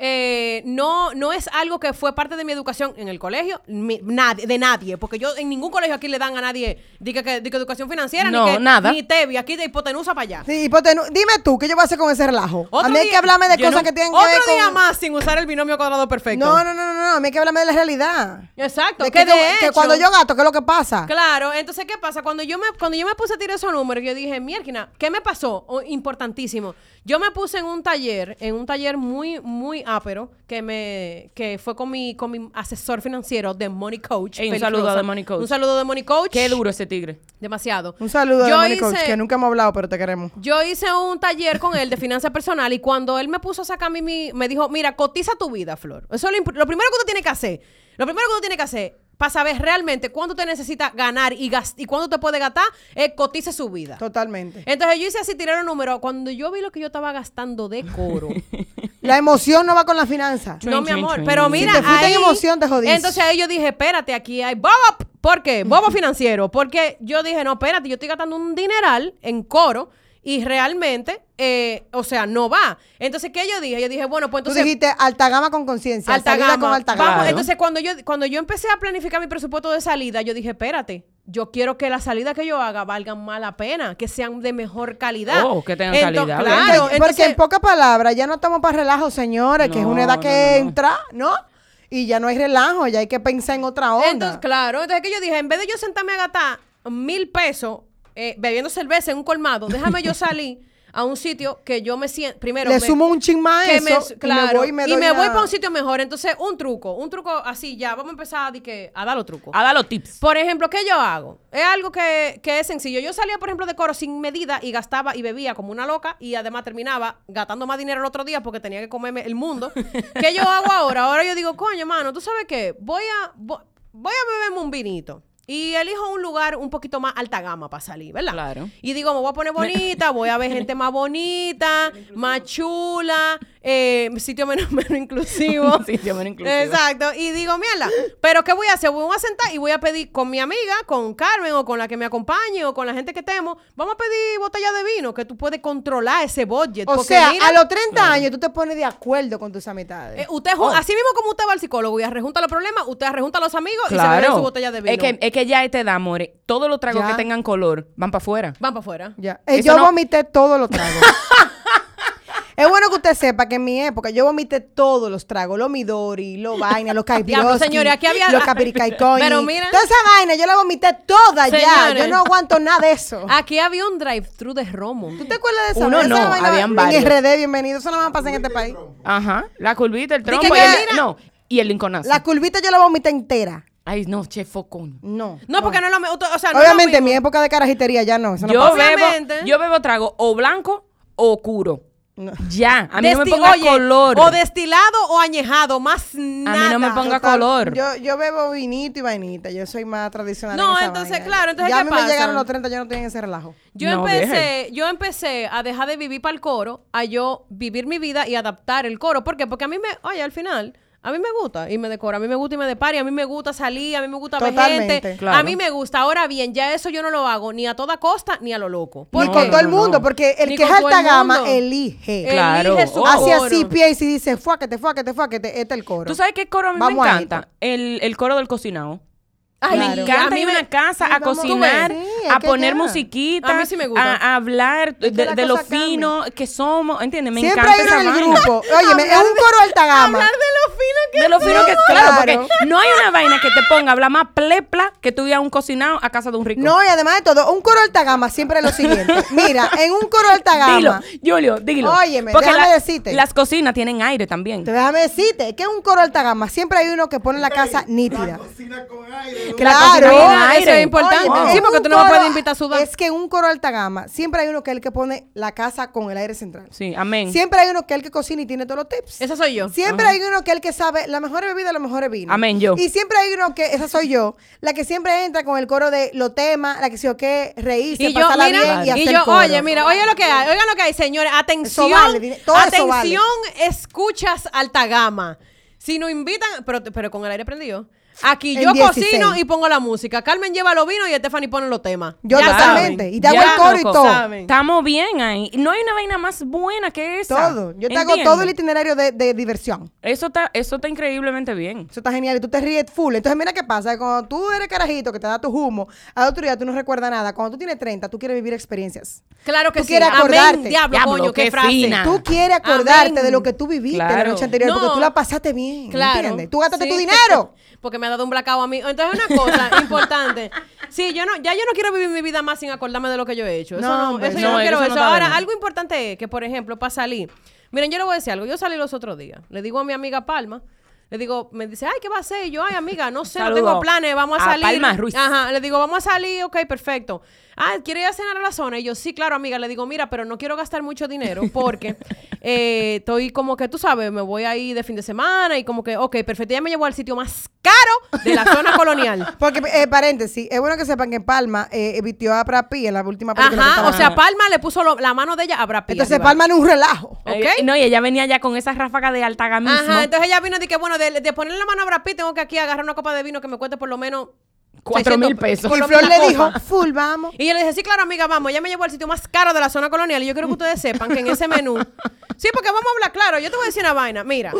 Speaker 3: Eh, no, no es algo que fue parte de mi educación en el colegio, mi- nadie, de nadie, porque yo en ningún colegio aquí le dan a nadie di que, que- di que educación financiera,
Speaker 2: No,
Speaker 3: ni que,
Speaker 2: nada.
Speaker 3: ni TV, aquí de hipotenusa para allá.
Speaker 6: Sí, hipotenu- Dime tú, ¿qué yo voy a hacer con ese relajo? a
Speaker 3: Otro
Speaker 6: mí hay que
Speaker 3: día-
Speaker 6: hablarme de
Speaker 2: yo
Speaker 6: cosas
Speaker 2: no-
Speaker 6: que tienen que
Speaker 3: Otro
Speaker 6: ver con...
Speaker 3: día más sin usar el binomio cuadrado perfecto.
Speaker 6: No, no, no, no, no, a mí hay que hablarme de la realidad.
Speaker 3: Exacto,
Speaker 6: De
Speaker 3: que, de
Speaker 6: yo-
Speaker 3: hecho-
Speaker 6: cuando yo gato, ¿qué es lo que
Speaker 2: Ah.
Speaker 6: pasa?
Speaker 3: Claro, entonces, ¿qué pasa? Cuando yo me, cuando yo me puse a tirar esos números, yo dije, mierda, ¿qué me pasó? O, importantísimo. Yo me puse en un taller, en un taller muy, muy ápero, que me, que fue con mi, con mi asesor financiero de Money Coach.
Speaker 2: Ey, un
Speaker 3: Félix
Speaker 2: saludo
Speaker 3: Rosa.
Speaker 2: de Money Coach.
Speaker 3: Un saludo de Money Coach.
Speaker 2: Qué duro ese tigre.
Speaker 3: Demasiado.
Speaker 6: Un saludo de
Speaker 3: Yo
Speaker 6: Money Coach,
Speaker 3: hice-
Speaker 6: que nunca hemos hablado, pero te queremos.
Speaker 3: yo hice un taller con él de finanzas personal y cuando él me puso a sacar mi, mi- me dijo, mira, cotiza tu vida, Flor. Eso es lo, imp- lo primero que tú tienes que hacer. Lo primero que tú tienes que hacer para saber realmente cuánto te necesita ganar y, gas- y cuánto te puede gastar, es cotiza su vida.
Speaker 6: Totalmente.
Speaker 3: Entonces yo hice así, tirar un número. Cuando yo vi lo que yo estaba gastando de coro,
Speaker 6: La emoción no va con la finanza.
Speaker 3: no,
Speaker 2: Chuin,
Speaker 3: mi
Speaker 2: chuin,
Speaker 3: amor,
Speaker 2: chuin.
Speaker 3: pero
Speaker 2: Si
Speaker 3: mira.
Speaker 6: te fuiste en
Speaker 3: ahí-
Speaker 6: emoción, te jodiste.
Speaker 3: Entonces ahí yo dije, espérate, aquí hay bobo. ¿Por qué? Bobo financiero. Porque yo dije, no, espérate, yo estoy gastando un dineral en coro y realmente, eh, o sea, no va. Entonces, ¿qué yo dije? Yo dije, bueno, pues
Speaker 6: Tú
Speaker 3: entonces.
Speaker 6: dijiste alta gama con conciencia,
Speaker 3: Alta
Speaker 6: salida
Speaker 3: gama.
Speaker 6: con alta
Speaker 3: Vamos,
Speaker 6: gama.
Speaker 2: Claro.
Speaker 3: entonces cuando yo, cuando yo empecé a planificar mi presupuesto de salida, yo dije, espérate, yo quiero que las salidas que yo haga valgan más la pena, que sean de mejor calidad.
Speaker 2: Oh, que tengan
Speaker 3: Ento-
Speaker 2: calidad,
Speaker 3: Claro,
Speaker 2: ¿verdad?
Speaker 6: porque, porque
Speaker 3: entonces-
Speaker 6: en pocas palabras, ya no estamos para relajo, señores, que es una
Speaker 2: No,
Speaker 6: edad
Speaker 2: no,
Speaker 6: que
Speaker 2: no, no.
Speaker 6: entra, ¿no? Y ya no hay relajo, ya hay que pensar en otra onda.
Speaker 3: Entonces, claro, entonces que yo dije, en vez de yo sentarme a gastar mil pesos eh, bebiendo cerveza en un colmado, déjame yo salir a un sitio que yo me siento, primero,
Speaker 6: Le
Speaker 3: me-
Speaker 6: sumo un chin más a
Speaker 3: que
Speaker 6: eso
Speaker 3: me-
Speaker 6: y me voy y me, doy una-
Speaker 3: para un sitio mejor. Entonces, un truco, un truco así ya, vamos a empezar a, di que- a dar los trucos.
Speaker 2: A dar los tips.
Speaker 3: Por ejemplo, ¿qué yo hago? Es algo que, que es sencillo. Yo salía, por ejemplo, de coro sin medida y gastaba y bebía como una loca y además terminaba gastando más dinero el otro día porque tenía que comerme el mundo. ¿Qué yo hago ahora? Ahora yo digo, coño, mano, ¿tú sabes qué? Voy a, vo- voy a beberme un vinito. Y elijo un lugar un poquito más alta gama para salir, ¿verdad?
Speaker 2: Claro.
Speaker 3: Y digo, me voy a poner bonita, voy a ver gente más bonita, más chula, eh, sitio menos, menos inclusivo.
Speaker 2: Sitio menos inclusivo.
Speaker 3: Exacto. Y digo, mierda, ¿pero qué voy a hacer? Voy a sentar y voy a pedir con mi amiga, con Carmen o con la que me acompañe o con la gente que temo, vamos a pedir botella de vino, que tú puedes controlar ese budget.
Speaker 6: O
Speaker 3: porque
Speaker 6: sea,
Speaker 3: mira,
Speaker 6: a los 30 años tú te pones de acuerdo con tus amistades.
Speaker 3: eh, usted,
Speaker 2: Oh.
Speaker 3: ju- así mismo como usted va al psicólogo y arrejunta los problemas, usted arrejunta a los amigos y se bebe su
Speaker 2: Claro.
Speaker 3: botella de vino.
Speaker 2: Es que, eh, es que ya a esta edad, amores, todos los tragos
Speaker 6: Ya.
Speaker 2: que tengan color van para afuera.
Speaker 3: Van para afuera.
Speaker 6: Ya. Eh,
Speaker 2: eso
Speaker 6: yo
Speaker 2: no-
Speaker 6: vomité todos los tragos. Es bueno que usted sepa que en mi época yo vomité todos los tragos, los Midori, los vainas,
Speaker 3: Diablo,
Speaker 6: los Kaipirioski,
Speaker 3: pues, señores, aquí había-
Speaker 6: los Capiricaiconi.
Speaker 3: Pero mira-
Speaker 6: Toda esa vaina yo la vomité toda ya.
Speaker 3: Señores. Ah,
Speaker 6: Yo no aguanto nada de eso.
Speaker 3: Aquí había un drive-thru de romo.
Speaker 6: ¿Tú te acuerdas de esa
Speaker 2: Uno
Speaker 6: esa
Speaker 2: no,
Speaker 6: vaina
Speaker 2: habían
Speaker 6: En
Speaker 2: varios.
Speaker 6: RD, bienvenido. Eso no va a pasar en este país.
Speaker 2: Ajá. La curvita, el trompo
Speaker 6: que
Speaker 2: y el,
Speaker 6: mira-
Speaker 2: no, y el linconazo.
Speaker 6: La curvita yo la vomité entera.
Speaker 2: Ay, no, che, focón.
Speaker 6: No.
Speaker 3: No, porque no es lo mismo. O sea, no es lo
Speaker 6: Obviamente, en mi
Speaker 3: mismo.
Speaker 6: época de carajitería ya no. Eso no
Speaker 2: Yo
Speaker 6: pasa.
Speaker 2: bebo,
Speaker 3: Obviamente.
Speaker 2: yo bebo trago o blanco o oscuro.
Speaker 6: No.
Speaker 2: Ya, a mí no me
Speaker 3: Desti-
Speaker 2: ponga
Speaker 3: oye,
Speaker 2: color.
Speaker 3: O destilado o añejado, más
Speaker 2: a
Speaker 3: nada.
Speaker 2: mí no me ponga
Speaker 6: Total,
Speaker 2: color.
Speaker 6: Yo, yo bebo vinito y vainita. Yo soy más tradicional.
Speaker 3: No,
Speaker 6: en esa
Speaker 3: entonces,
Speaker 6: vaina.
Speaker 3: claro, entonces,
Speaker 6: ya
Speaker 3: ¿qué
Speaker 6: me
Speaker 3: pasa?
Speaker 6: llegaron los 30, yo no estoy en ese relajo.
Speaker 3: Yo
Speaker 2: No,
Speaker 3: empecé, yo empecé a dejar de vivir para el coro, a yo vivir mi vida y adaptar el coro. ¿Por qué? Porque a mí me, oye, al final, a mí me gusta y me decoro, a mí me gusta y me depare, a mí me gusta salir, a mí me gusta
Speaker 6: Totalmente.
Speaker 3: ver gente.
Speaker 2: Claro.
Speaker 3: A mí me gusta. Ahora bien, ya eso yo no lo hago ni a toda costa ni a lo loco.
Speaker 6: Ni
Speaker 2: No,
Speaker 6: con
Speaker 2: no,
Speaker 6: todo el
Speaker 2: no,
Speaker 6: mundo,
Speaker 2: no.
Speaker 6: porque el
Speaker 3: Ni
Speaker 6: que es
Speaker 3: con todo el
Speaker 6: alta gama
Speaker 3: mundo.
Speaker 6: elige.
Speaker 2: Claro.
Speaker 3: Elige su
Speaker 2: Oh.
Speaker 6: Hace
Speaker 3: coro.
Speaker 6: así pie y si dice, fuáquete, fuáquete, fuáquete, este es el coro.
Speaker 2: ¿Tú sabes qué coro a mí
Speaker 6: Vamos
Speaker 2: me
Speaker 6: a
Speaker 2: encanta? El, el coro del cocinado.
Speaker 3: Ay,
Speaker 2: me
Speaker 3: claro.
Speaker 2: encanta
Speaker 3: a mí
Speaker 2: ir a
Speaker 3: me-
Speaker 2: una casa
Speaker 6: Sí,
Speaker 2: a
Speaker 6: vamos.
Speaker 2: cocinar,
Speaker 6: Tú ves, sí, es
Speaker 2: a
Speaker 6: que
Speaker 2: poner
Speaker 6: ya.
Speaker 2: musiquita,
Speaker 3: A mí sí me gusta.
Speaker 2: a, a hablar
Speaker 6: que
Speaker 2: de,
Speaker 6: la
Speaker 2: de lo
Speaker 6: cosa cambia.
Speaker 2: fino que somos, ¿entiendes? Me
Speaker 6: Siempre
Speaker 2: encanta
Speaker 6: hay uno
Speaker 2: esa
Speaker 6: en el
Speaker 2: vaina.
Speaker 6: grupo. Óyeme, es un coro alta gama.
Speaker 3: Hablar de lo fino que
Speaker 2: De lo fino que es, claro,
Speaker 6: Claro.
Speaker 2: porque no hay una vaina que te ponga a hablar más plepla que tú ibas a un cocinado a casa de un rico.
Speaker 6: No, y además de todo, un coro alta gama siempre es lo siguiente. Mira, en un coro alta
Speaker 2: Dilo,
Speaker 6: gama.
Speaker 2: Julio, dilo.
Speaker 6: Óyeme, déjame decirte.
Speaker 2: Las cocinas tienen aire también.
Speaker 6: Te déjame decirte, que es un coro alta gama. Siempre hay uno que pone la casa nítida.
Speaker 5: Cocina con aire.
Speaker 2: la cocina
Speaker 6: Claro.
Speaker 2: tiene aire.
Speaker 3: Eso es importante.
Speaker 6: Óyeme,
Speaker 3: sí,
Speaker 6: en
Speaker 3: porque
Speaker 6: un
Speaker 3: tú no me
Speaker 6: coro-
Speaker 3: puedes invitar a sudar.
Speaker 6: Es que en un coro alta gama siempre hay uno que es el que pone la casa con el aire central.
Speaker 2: Sí, amén.
Speaker 6: Siempre hay uno que es el que cocina y tiene todos los tips.
Speaker 3: Esa soy yo.
Speaker 6: Siempre hay uno que es el que sabe las mejores bebidas, los mejores vinos.
Speaker 2: Amén, yo.
Speaker 6: Y siempre hay uno que, esa soy yo, la que siempre entra con el coro de los temas, la que se o qué, reírse,
Speaker 3: Y yo,
Speaker 6: pasarla
Speaker 3: mira,
Speaker 6: bien y
Speaker 3: y
Speaker 6: hacer
Speaker 3: yo,
Speaker 6: coro.
Speaker 3: oye, mira, oye lo que hay, oigan lo que hay, señores. Atención,
Speaker 6: Eso vale, tiene- todo eso
Speaker 3: atención,
Speaker 6: vale.
Speaker 3: escuchas alta gama. Si nos invitan, pero, pero con el aire prendido. Aquí
Speaker 6: En
Speaker 3: yo
Speaker 6: 16.
Speaker 3: cocino y pongo la música. Carmen lleva los vinos y Stephanie pone los temas.
Speaker 6: Yo
Speaker 3: Ya
Speaker 6: totalmente.
Speaker 3: saben.
Speaker 6: Y te hago
Speaker 2: Ya,
Speaker 6: el coro y
Speaker 2: loco,
Speaker 6: todo.
Speaker 3: saben.
Speaker 2: Estamos bien ahí. No hay una vaina más buena que esa.
Speaker 6: Todo. Yo te hago
Speaker 2: ¿Entiendes?
Speaker 6: todo el itinerario de, de diversión.
Speaker 2: Eso está, eso está increíblemente bien.
Speaker 6: Eso está genial y tú te ríes full. Entonces, mira qué pasa. que Cuando tú eres carajito, que te da tu humo, al otro día tú no recuerdas nada. Cuando tú tienes 30, tú quieres vivir experiencias.
Speaker 3: Claro que
Speaker 6: Tú
Speaker 3: sí.
Speaker 6: quieres
Speaker 3: Amén,
Speaker 6: acordarte.
Speaker 3: diablo,
Speaker 2: Diablo,
Speaker 3: coño, qué,
Speaker 2: qué
Speaker 3: frase.
Speaker 2: fina.
Speaker 6: Tú quieres acordarte
Speaker 3: Amén.
Speaker 6: de lo que tú viviste la
Speaker 2: Claro.
Speaker 6: noche anterior
Speaker 3: No.
Speaker 6: porque tú la pasaste bien.
Speaker 3: Claro.
Speaker 6: ¿Entiendes? Tú gastaste
Speaker 3: Sí.
Speaker 6: tu dinero.
Speaker 3: Porque me ha dado un blackout a mí. Entonces, una cosa importante. Sí, yo no, ya yo no quiero vivir mi vida más sin acordarme de lo que yo he hecho. Eso
Speaker 6: No,
Speaker 3: no,
Speaker 6: hombre,
Speaker 3: eso yo no,
Speaker 2: no, eso
Speaker 3: quiero
Speaker 2: no
Speaker 3: eso.
Speaker 2: está
Speaker 3: Ahora,
Speaker 2: bueno.
Speaker 3: algo importante es que, por ejemplo, para salir. Miren, yo le voy a decir algo. Yo salí los otros días. Le digo a mi amiga Palma. Le digo, me dice, ay, ¿qué va a hacer? Y yo, ay, amiga, no sé,
Speaker 2: Saludo
Speaker 3: no tengo planes, vamos a,
Speaker 2: a
Speaker 3: salir.
Speaker 2: Palma Ruiz.
Speaker 3: Ajá, le digo, vamos a salir, ok, perfecto. Ah, ¿quiere ir a cenar a la zona? Y yo, sí, claro, amiga. Le digo, mira, pero no quiero gastar mucho dinero porque eh, estoy como que, tú sabes, me voy ahí de fin de semana y como que, ok, perfecto. Ella me llevó al sitio más caro de la zona colonial.
Speaker 6: Porque, eh, paréntesis, es bueno que sepan que en Palma eh, vistió a Brad Pitt en la última película. que
Speaker 3: Ajá,
Speaker 6: estaba
Speaker 3: o sea,
Speaker 6: haciendo.
Speaker 3: Palma le puso lo- la mano de ella a Brad Pitt
Speaker 6: Entonces,
Speaker 3: arriba.
Speaker 6: Palma no es un relajo.
Speaker 3: Ok.
Speaker 2: Eh, no, y ella venía ya con esa ráfaga de altagamismo.
Speaker 3: Ajá, entonces ella vino y dije, bueno, de, de ponerle la mano a Brad Pitt, tengo que aquí agarrar una copa de vino que me cueste por lo menos...
Speaker 2: Cuatro
Speaker 3: 600
Speaker 2: mil pesos.
Speaker 6: Y
Speaker 3: lo
Speaker 6: Flor
Speaker 3: menos
Speaker 6: le
Speaker 3: la
Speaker 6: dijo,
Speaker 3: copa.
Speaker 6: full, vamos.
Speaker 3: Y yo le dije, sí, claro, amiga, vamos. Ella me llevó al sitio más caro de la zona colonial. Y yo quiero que ustedes sepan que en ese menú. Sí, porque vamos a hablar claro. Yo te voy a decir una vaina. Mira,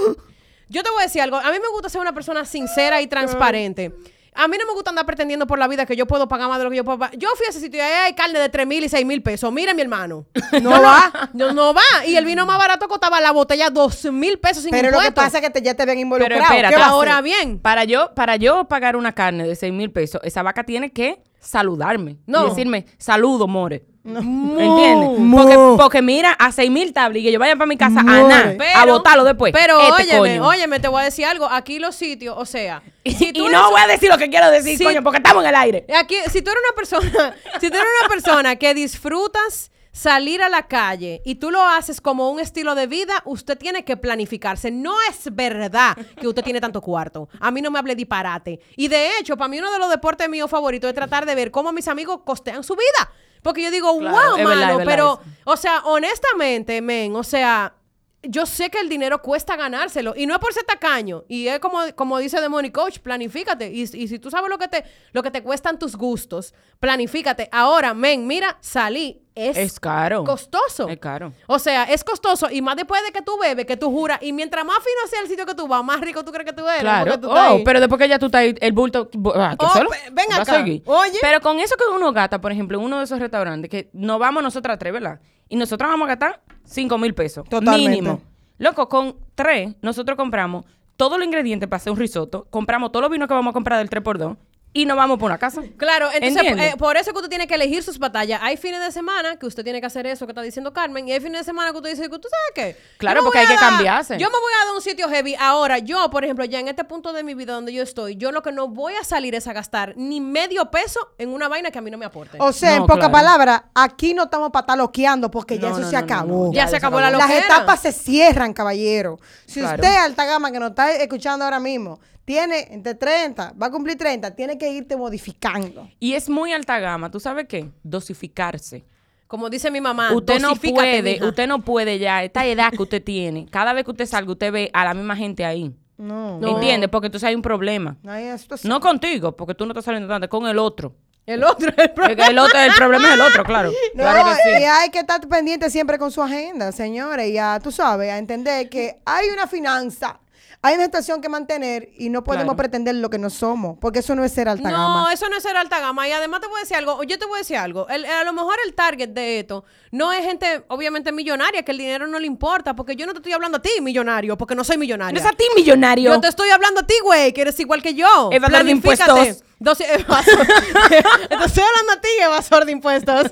Speaker 3: yo te voy a decir algo. A mí me gusta ser una persona sincera y transparente. A mí no me gusta andar pretendiendo por la vida que yo puedo pagar más de lo que yo puedo pagar. Yo fui a ese sitio y ahí hay carne de 3 mil y 6 mil pesos. Mira, mi hermano.
Speaker 6: No va.
Speaker 3: No, no va. Y el vino más barato costaba la botella 2 mil pesos sin
Speaker 6: Pero lo que
Speaker 3: impuestos.
Speaker 6: pasa es que te- ya te habían
Speaker 2: Pero
Speaker 6: involucrado.
Speaker 2: espérate,
Speaker 6: ¿Qué va a
Speaker 3: Ahora
Speaker 6: hacer?
Speaker 3: bien.
Speaker 2: Para yo, para yo pagar una carne de seis mil pesos, esa vaca tiene que saludarme.
Speaker 3: No.
Speaker 2: Y decirme, saludo, more.
Speaker 3: Mu.
Speaker 2: ¿Entiendes?
Speaker 6: Mu.
Speaker 2: Porque, porque mira, a seis mil tablas y que yo vaya para mi casa a
Speaker 6: More.
Speaker 2: nada, a botarlo después.
Speaker 3: Pero
Speaker 2: Este
Speaker 3: óyeme,
Speaker 2: coño.
Speaker 3: óyeme, te voy a decir algo. Aquí los sitios, o sea, si tú
Speaker 2: y
Speaker 3: eres-
Speaker 2: no voy a decir lo que quiero decir,
Speaker 3: Sí.
Speaker 2: coño, porque estamos en el aire.
Speaker 3: Aquí, si tú eres una persona, si tú eres una persona que disfrutas salir a la calle y tú lo haces como un estilo de vida, usted tiene que planificarse. No es verdad que usted tiene tanto cuarto. A mí no me hable disparate. Y de hecho, para mí uno de los deportes míos favoritos es tratar de ver cómo mis amigos costean su vida. Porque yo digo,
Speaker 2: Claro,
Speaker 3: wow,
Speaker 2: es
Speaker 3: mano,
Speaker 2: verdad, es verdad
Speaker 3: pero,
Speaker 2: eso.
Speaker 3: o sea, honestamente, men, o sea, yo sé que el dinero cuesta ganárselo y no es por ser tacaño. Y es como, como dice The Money Coach, planifícate. Y, y si tú sabes lo que, te, lo que te cuestan tus gustos, planifícate. Ahora, men, mira, salí. es,
Speaker 2: Es caro.
Speaker 3: costoso.
Speaker 2: Es caro.
Speaker 3: O sea, es costoso y más después de que tú bebes, que tú juras, y mientras más fino sea el sitio que tú vas, más rico tú crees que tú eres.
Speaker 2: Claro.
Speaker 3: porque tú estás
Speaker 2: Oh,
Speaker 3: ahí.
Speaker 2: pero después que ya tú estás ahí, el bulto. bu- ah, ¿tú
Speaker 3: Oh,
Speaker 2: solo?
Speaker 3: pe- ven
Speaker 2: Va a
Speaker 3: acá.
Speaker 2: seguir.
Speaker 3: Oye.
Speaker 2: Pero con eso que uno gasta, por ejemplo, en uno de esos restaurantes, que no vamos nosotras tres, ¿verdad? Y nosotras vamos a gastar 5 mil pesos.
Speaker 6: Totalmente.
Speaker 2: Mínimo. Loco, con tres, nosotros compramos todos los ingredientes para hacer un risotto, compramos todos los vinos que vamos a comprar del 3x2 y nos vamos por una casa.
Speaker 3: Claro, entonces
Speaker 2: ¿Entiendes?
Speaker 3: eh, por eso que usted tiene que elegir sus batallas. Hay fines de semana que usted tiene que hacer eso que está diciendo Carmen y hay fines de semana que usted dice, ¿tú sabes qué? Yo
Speaker 2: Claro,
Speaker 3: me
Speaker 2: porque
Speaker 3: voy a
Speaker 2: hay que
Speaker 3: dar-
Speaker 2: cambiarse.
Speaker 3: Yo me voy a dar un sitio heavy. Ahora, yo, por ejemplo, ya en este punto de mi vida donde yo estoy, yo lo que no voy a salir es a gastar ni medio peso en una vaina que a mí no me aporte.
Speaker 6: O sea,
Speaker 2: No,
Speaker 6: en pocas
Speaker 2: claro.
Speaker 6: palabras, aquí no estamos pataloqueando porque ya
Speaker 2: No,
Speaker 6: eso
Speaker 2: no,
Speaker 6: se
Speaker 2: no, no,
Speaker 6: acabó.
Speaker 2: no,
Speaker 3: ya se acabó la
Speaker 6: Las
Speaker 3: loquera.
Speaker 6: etapas se cierran, caballero. Si
Speaker 2: Claro.
Speaker 6: usted, alta gama, que nos está escuchando ahora mismo, tiene entre 30, va a cumplir 30, tiene que irte modificando.
Speaker 2: Y es muy alta gama, ¿tú sabes qué? Dosificarse.
Speaker 3: Como dice mi mamá,
Speaker 2: usted no
Speaker 3: Ah, dosifícate,
Speaker 2: puede,
Speaker 3: mija.
Speaker 2: usted no puede ya, esta edad que usted tiene, cada vez que usted salga, usted ve a la misma gente ahí.
Speaker 6: No,
Speaker 2: ¿Me ¿Entiendes? Porque entonces hay un problema.
Speaker 6: no hay una situación.
Speaker 2: No contigo, porque tú no estás saliendo tanto, con el otro.
Speaker 3: El otro es el
Speaker 2: El,
Speaker 3: problema.
Speaker 2: el otro, el problema es el otro, claro.
Speaker 6: No,
Speaker 2: Claro que sí.
Speaker 6: y
Speaker 3: eh,
Speaker 6: hay que estar pendiente siempre con su agenda, señores, y a, tú sabes, a entender que hay una finanza, hay una estación que mantener y no podemos
Speaker 2: Claro.
Speaker 6: pretender lo que no somos, porque eso no es ser alta
Speaker 3: no,
Speaker 6: gama.
Speaker 3: eso no es ser alta gama. Y además te voy a decir algo. Yo te voy a decir algo. El- a lo mejor el target de esto no es gente, obviamente, millonaria, que el dinero no le importa. Porque yo no te estoy hablando a ti, millonario, porque no soy
Speaker 2: No
Speaker 3: millonario.
Speaker 2: es a ti, millonario.
Speaker 3: Yo te estoy hablando a ti, güey, que eres igual que yo.
Speaker 2: Evasor de
Speaker 3: Planifícate.
Speaker 2: impuestos.
Speaker 3: Dos- evasor- te estoy hablando a ti, evasor de impuestos.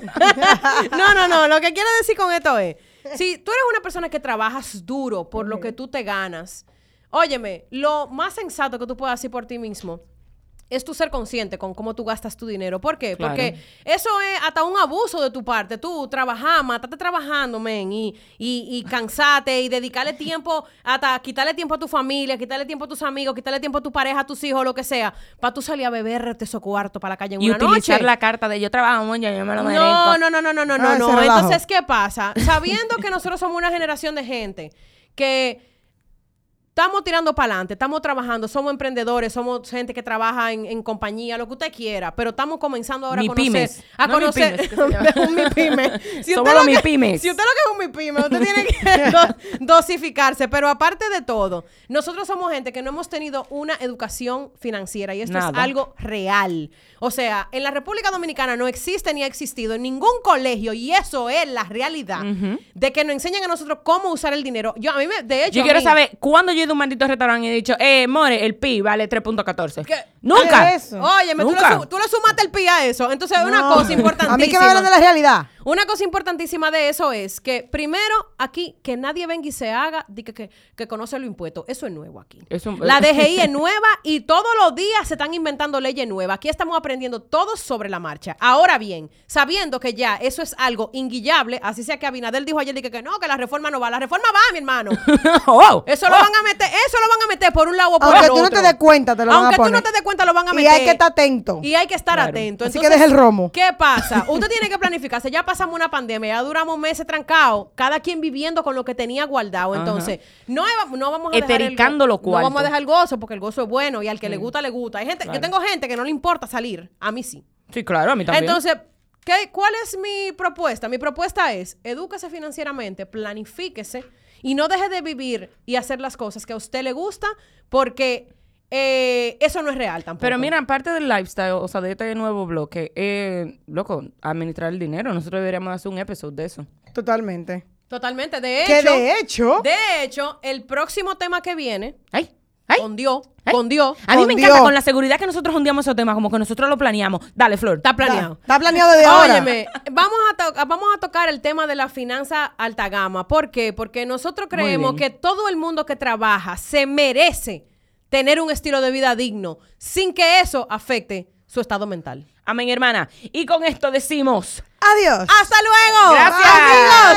Speaker 3: no, no, no. Lo que quiero decir con esto es, si tú eres una persona que trabajas duro por lo que tú te ganas, óyeme, lo más sensato que tú puedas hacer por ti mismo es tu ser consciente con cómo tú gastas tu dinero. ¿Por qué?
Speaker 2: Claro.
Speaker 3: Porque eso es hasta un abuso de tu parte. Tú trabajar, matarte trabajando, men, y, y, y cansate y dedicarle tiempo, hasta quitarle tiempo a tu familia, quitarle tiempo a tus amigos, quitarle tiempo a tu pareja, a tus hijos, lo que sea, para tú salir a beberte esos cuartos para la calle en
Speaker 2: y
Speaker 3: una
Speaker 2: utilizar
Speaker 3: noche.
Speaker 2: la carta de yo trabajo mucho, yo me lo merezco.
Speaker 3: No, no, no, no, no, no, no,
Speaker 6: Ah,
Speaker 3: no.
Speaker 6: ese relajo.
Speaker 3: Entonces, ¿qué pasa? Sabiendo que nosotros somos una generación de gente que estamos tirando para adelante, estamos trabajando, somos emprendedores, somos gente que trabaja en, en compañía, lo que usted quiera, pero estamos comenzando ahora a conocer.
Speaker 2: Mipymes.
Speaker 3: A
Speaker 2: No
Speaker 3: conocer.
Speaker 2: mipymes, que se llama.
Speaker 3: un mipyme. lo
Speaker 2: Somos los
Speaker 3: que-
Speaker 2: mipymes.
Speaker 3: Si usted lo que es un mipyme, usted tiene que do- dosificarse. Pero aparte de todo, nosotros somos gente que no hemos tenido una educación financiera y esto es
Speaker 2: Nada.
Speaker 3: algo real. O sea, en la República Dominicana no existe ni ha existido en ningún colegio, y eso es la realidad, de que nos enseñen a nosotros cómo usar el dinero. Yo, a mí me, de hecho,
Speaker 2: Yo
Speaker 3: a
Speaker 2: quiero
Speaker 3: mí-
Speaker 2: saber cuándo yo he ido a un maldito restaurante y he dicho, eh, more, el pi vale 3.14.
Speaker 3: ¿Qué?
Speaker 2: Nunca.
Speaker 6: ¿Qué es eso?
Speaker 3: Oye, me- tú, le
Speaker 2: Nunca.
Speaker 3: su- tú le sumaste el pi a eso. Entonces, una
Speaker 6: No.
Speaker 3: cosa importantísima.
Speaker 6: A mí que me hablan de la realidad.
Speaker 3: Una cosa importantísima de eso es que, primero, aquí, que nadie venga y se haga, di que, que, que conoce los impuestos. Eso es nuevo aquí.
Speaker 2: Eso-
Speaker 3: La DGI es nueva y todos los días se están inventando leyes nuevas. Aquí estamos aprendiendo todos sobre la marcha. Ahora bien, sabiendo que ya eso es algo inguillable, así sea que Abinadel dijo ayer di que, que no, que la reforma no va. La reforma va, mi hermano.
Speaker 2: Oh.
Speaker 3: Eso lo van a meter, eso lo van a meter por un lado o por
Speaker 6: Aunque
Speaker 3: el
Speaker 6: tú no
Speaker 3: otro.
Speaker 6: te des cuenta, te lo van a
Speaker 3: Aunque tú no
Speaker 6: poner.
Speaker 3: te des cuenta, lo van a
Speaker 6: Y
Speaker 3: meter.
Speaker 6: hay que estar atento.
Speaker 3: Y hay que estar
Speaker 2: Claro.
Speaker 3: atento.
Speaker 6: Así que deja el romo.
Speaker 3: ¿Qué pasa? Usted tiene que planificarse. Ya pasamos una pandemia, ya duramos meses trancados, cada quien viviendo con lo que tenía guardado.
Speaker 2: Ajá.
Speaker 3: Entonces, no, hay- no vamos a dejar. El,
Speaker 2: Etericando
Speaker 3: go-
Speaker 2: lo
Speaker 3: No
Speaker 2: cuarto.
Speaker 3: vamos a dejar el gozo porque el gozo es bueno y al que le gusta, le gusta. Hay gente, Yo
Speaker 2: Claro.
Speaker 3: tengo gente que no le importa salir. A mí sí.
Speaker 2: Sí, claro, a mí también.
Speaker 3: Entonces, ¿qué, ¿cuál es mi propuesta? Mi propuesta es, edúquese financieramente, planifíquese y no deje de vivir y hacer las cosas que a usted le gusta porque eh, eso no es real tampoco.
Speaker 2: Pero mira, aparte del lifestyle, o sea, de este nuevo bloque, eh, loco, administrar el dinero. Nosotros deberíamos hacer un episodio de eso.
Speaker 6: Totalmente.
Speaker 3: Totalmente. De hecho,
Speaker 6: Que de hecho,
Speaker 3: de hecho, el próximo tema que viene,
Speaker 2: ¡Ay! ¡Ay!
Speaker 3: con Dios,
Speaker 2: ay.
Speaker 3: con Dios,
Speaker 2: A mí
Speaker 6: Con
Speaker 2: me encanta
Speaker 6: Dios.
Speaker 2: con la seguridad que nosotros ondeamos esos temas, como que nosotros lo planeamos. Dale, Flor.
Speaker 3: está
Speaker 6: está,
Speaker 3: planeado.
Speaker 6: está planeado de ahora.
Speaker 3: Óyeme, vamos a, to- vamos a tocar el tema de la finanza alta gama. ¿Por qué? Porque nosotros
Speaker 2: Muy
Speaker 3: creemos que
Speaker 2: bien.
Speaker 3: todo el mundo que trabaja se merece tener un estilo de vida digno sin que eso afecte su estado mental.
Speaker 2: Amén, hermana. Y con esto decimos.
Speaker 6: Adiós.
Speaker 3: ¡Hasta luego!
Speaker 2: Gracias.
Speaker 3: Amigos.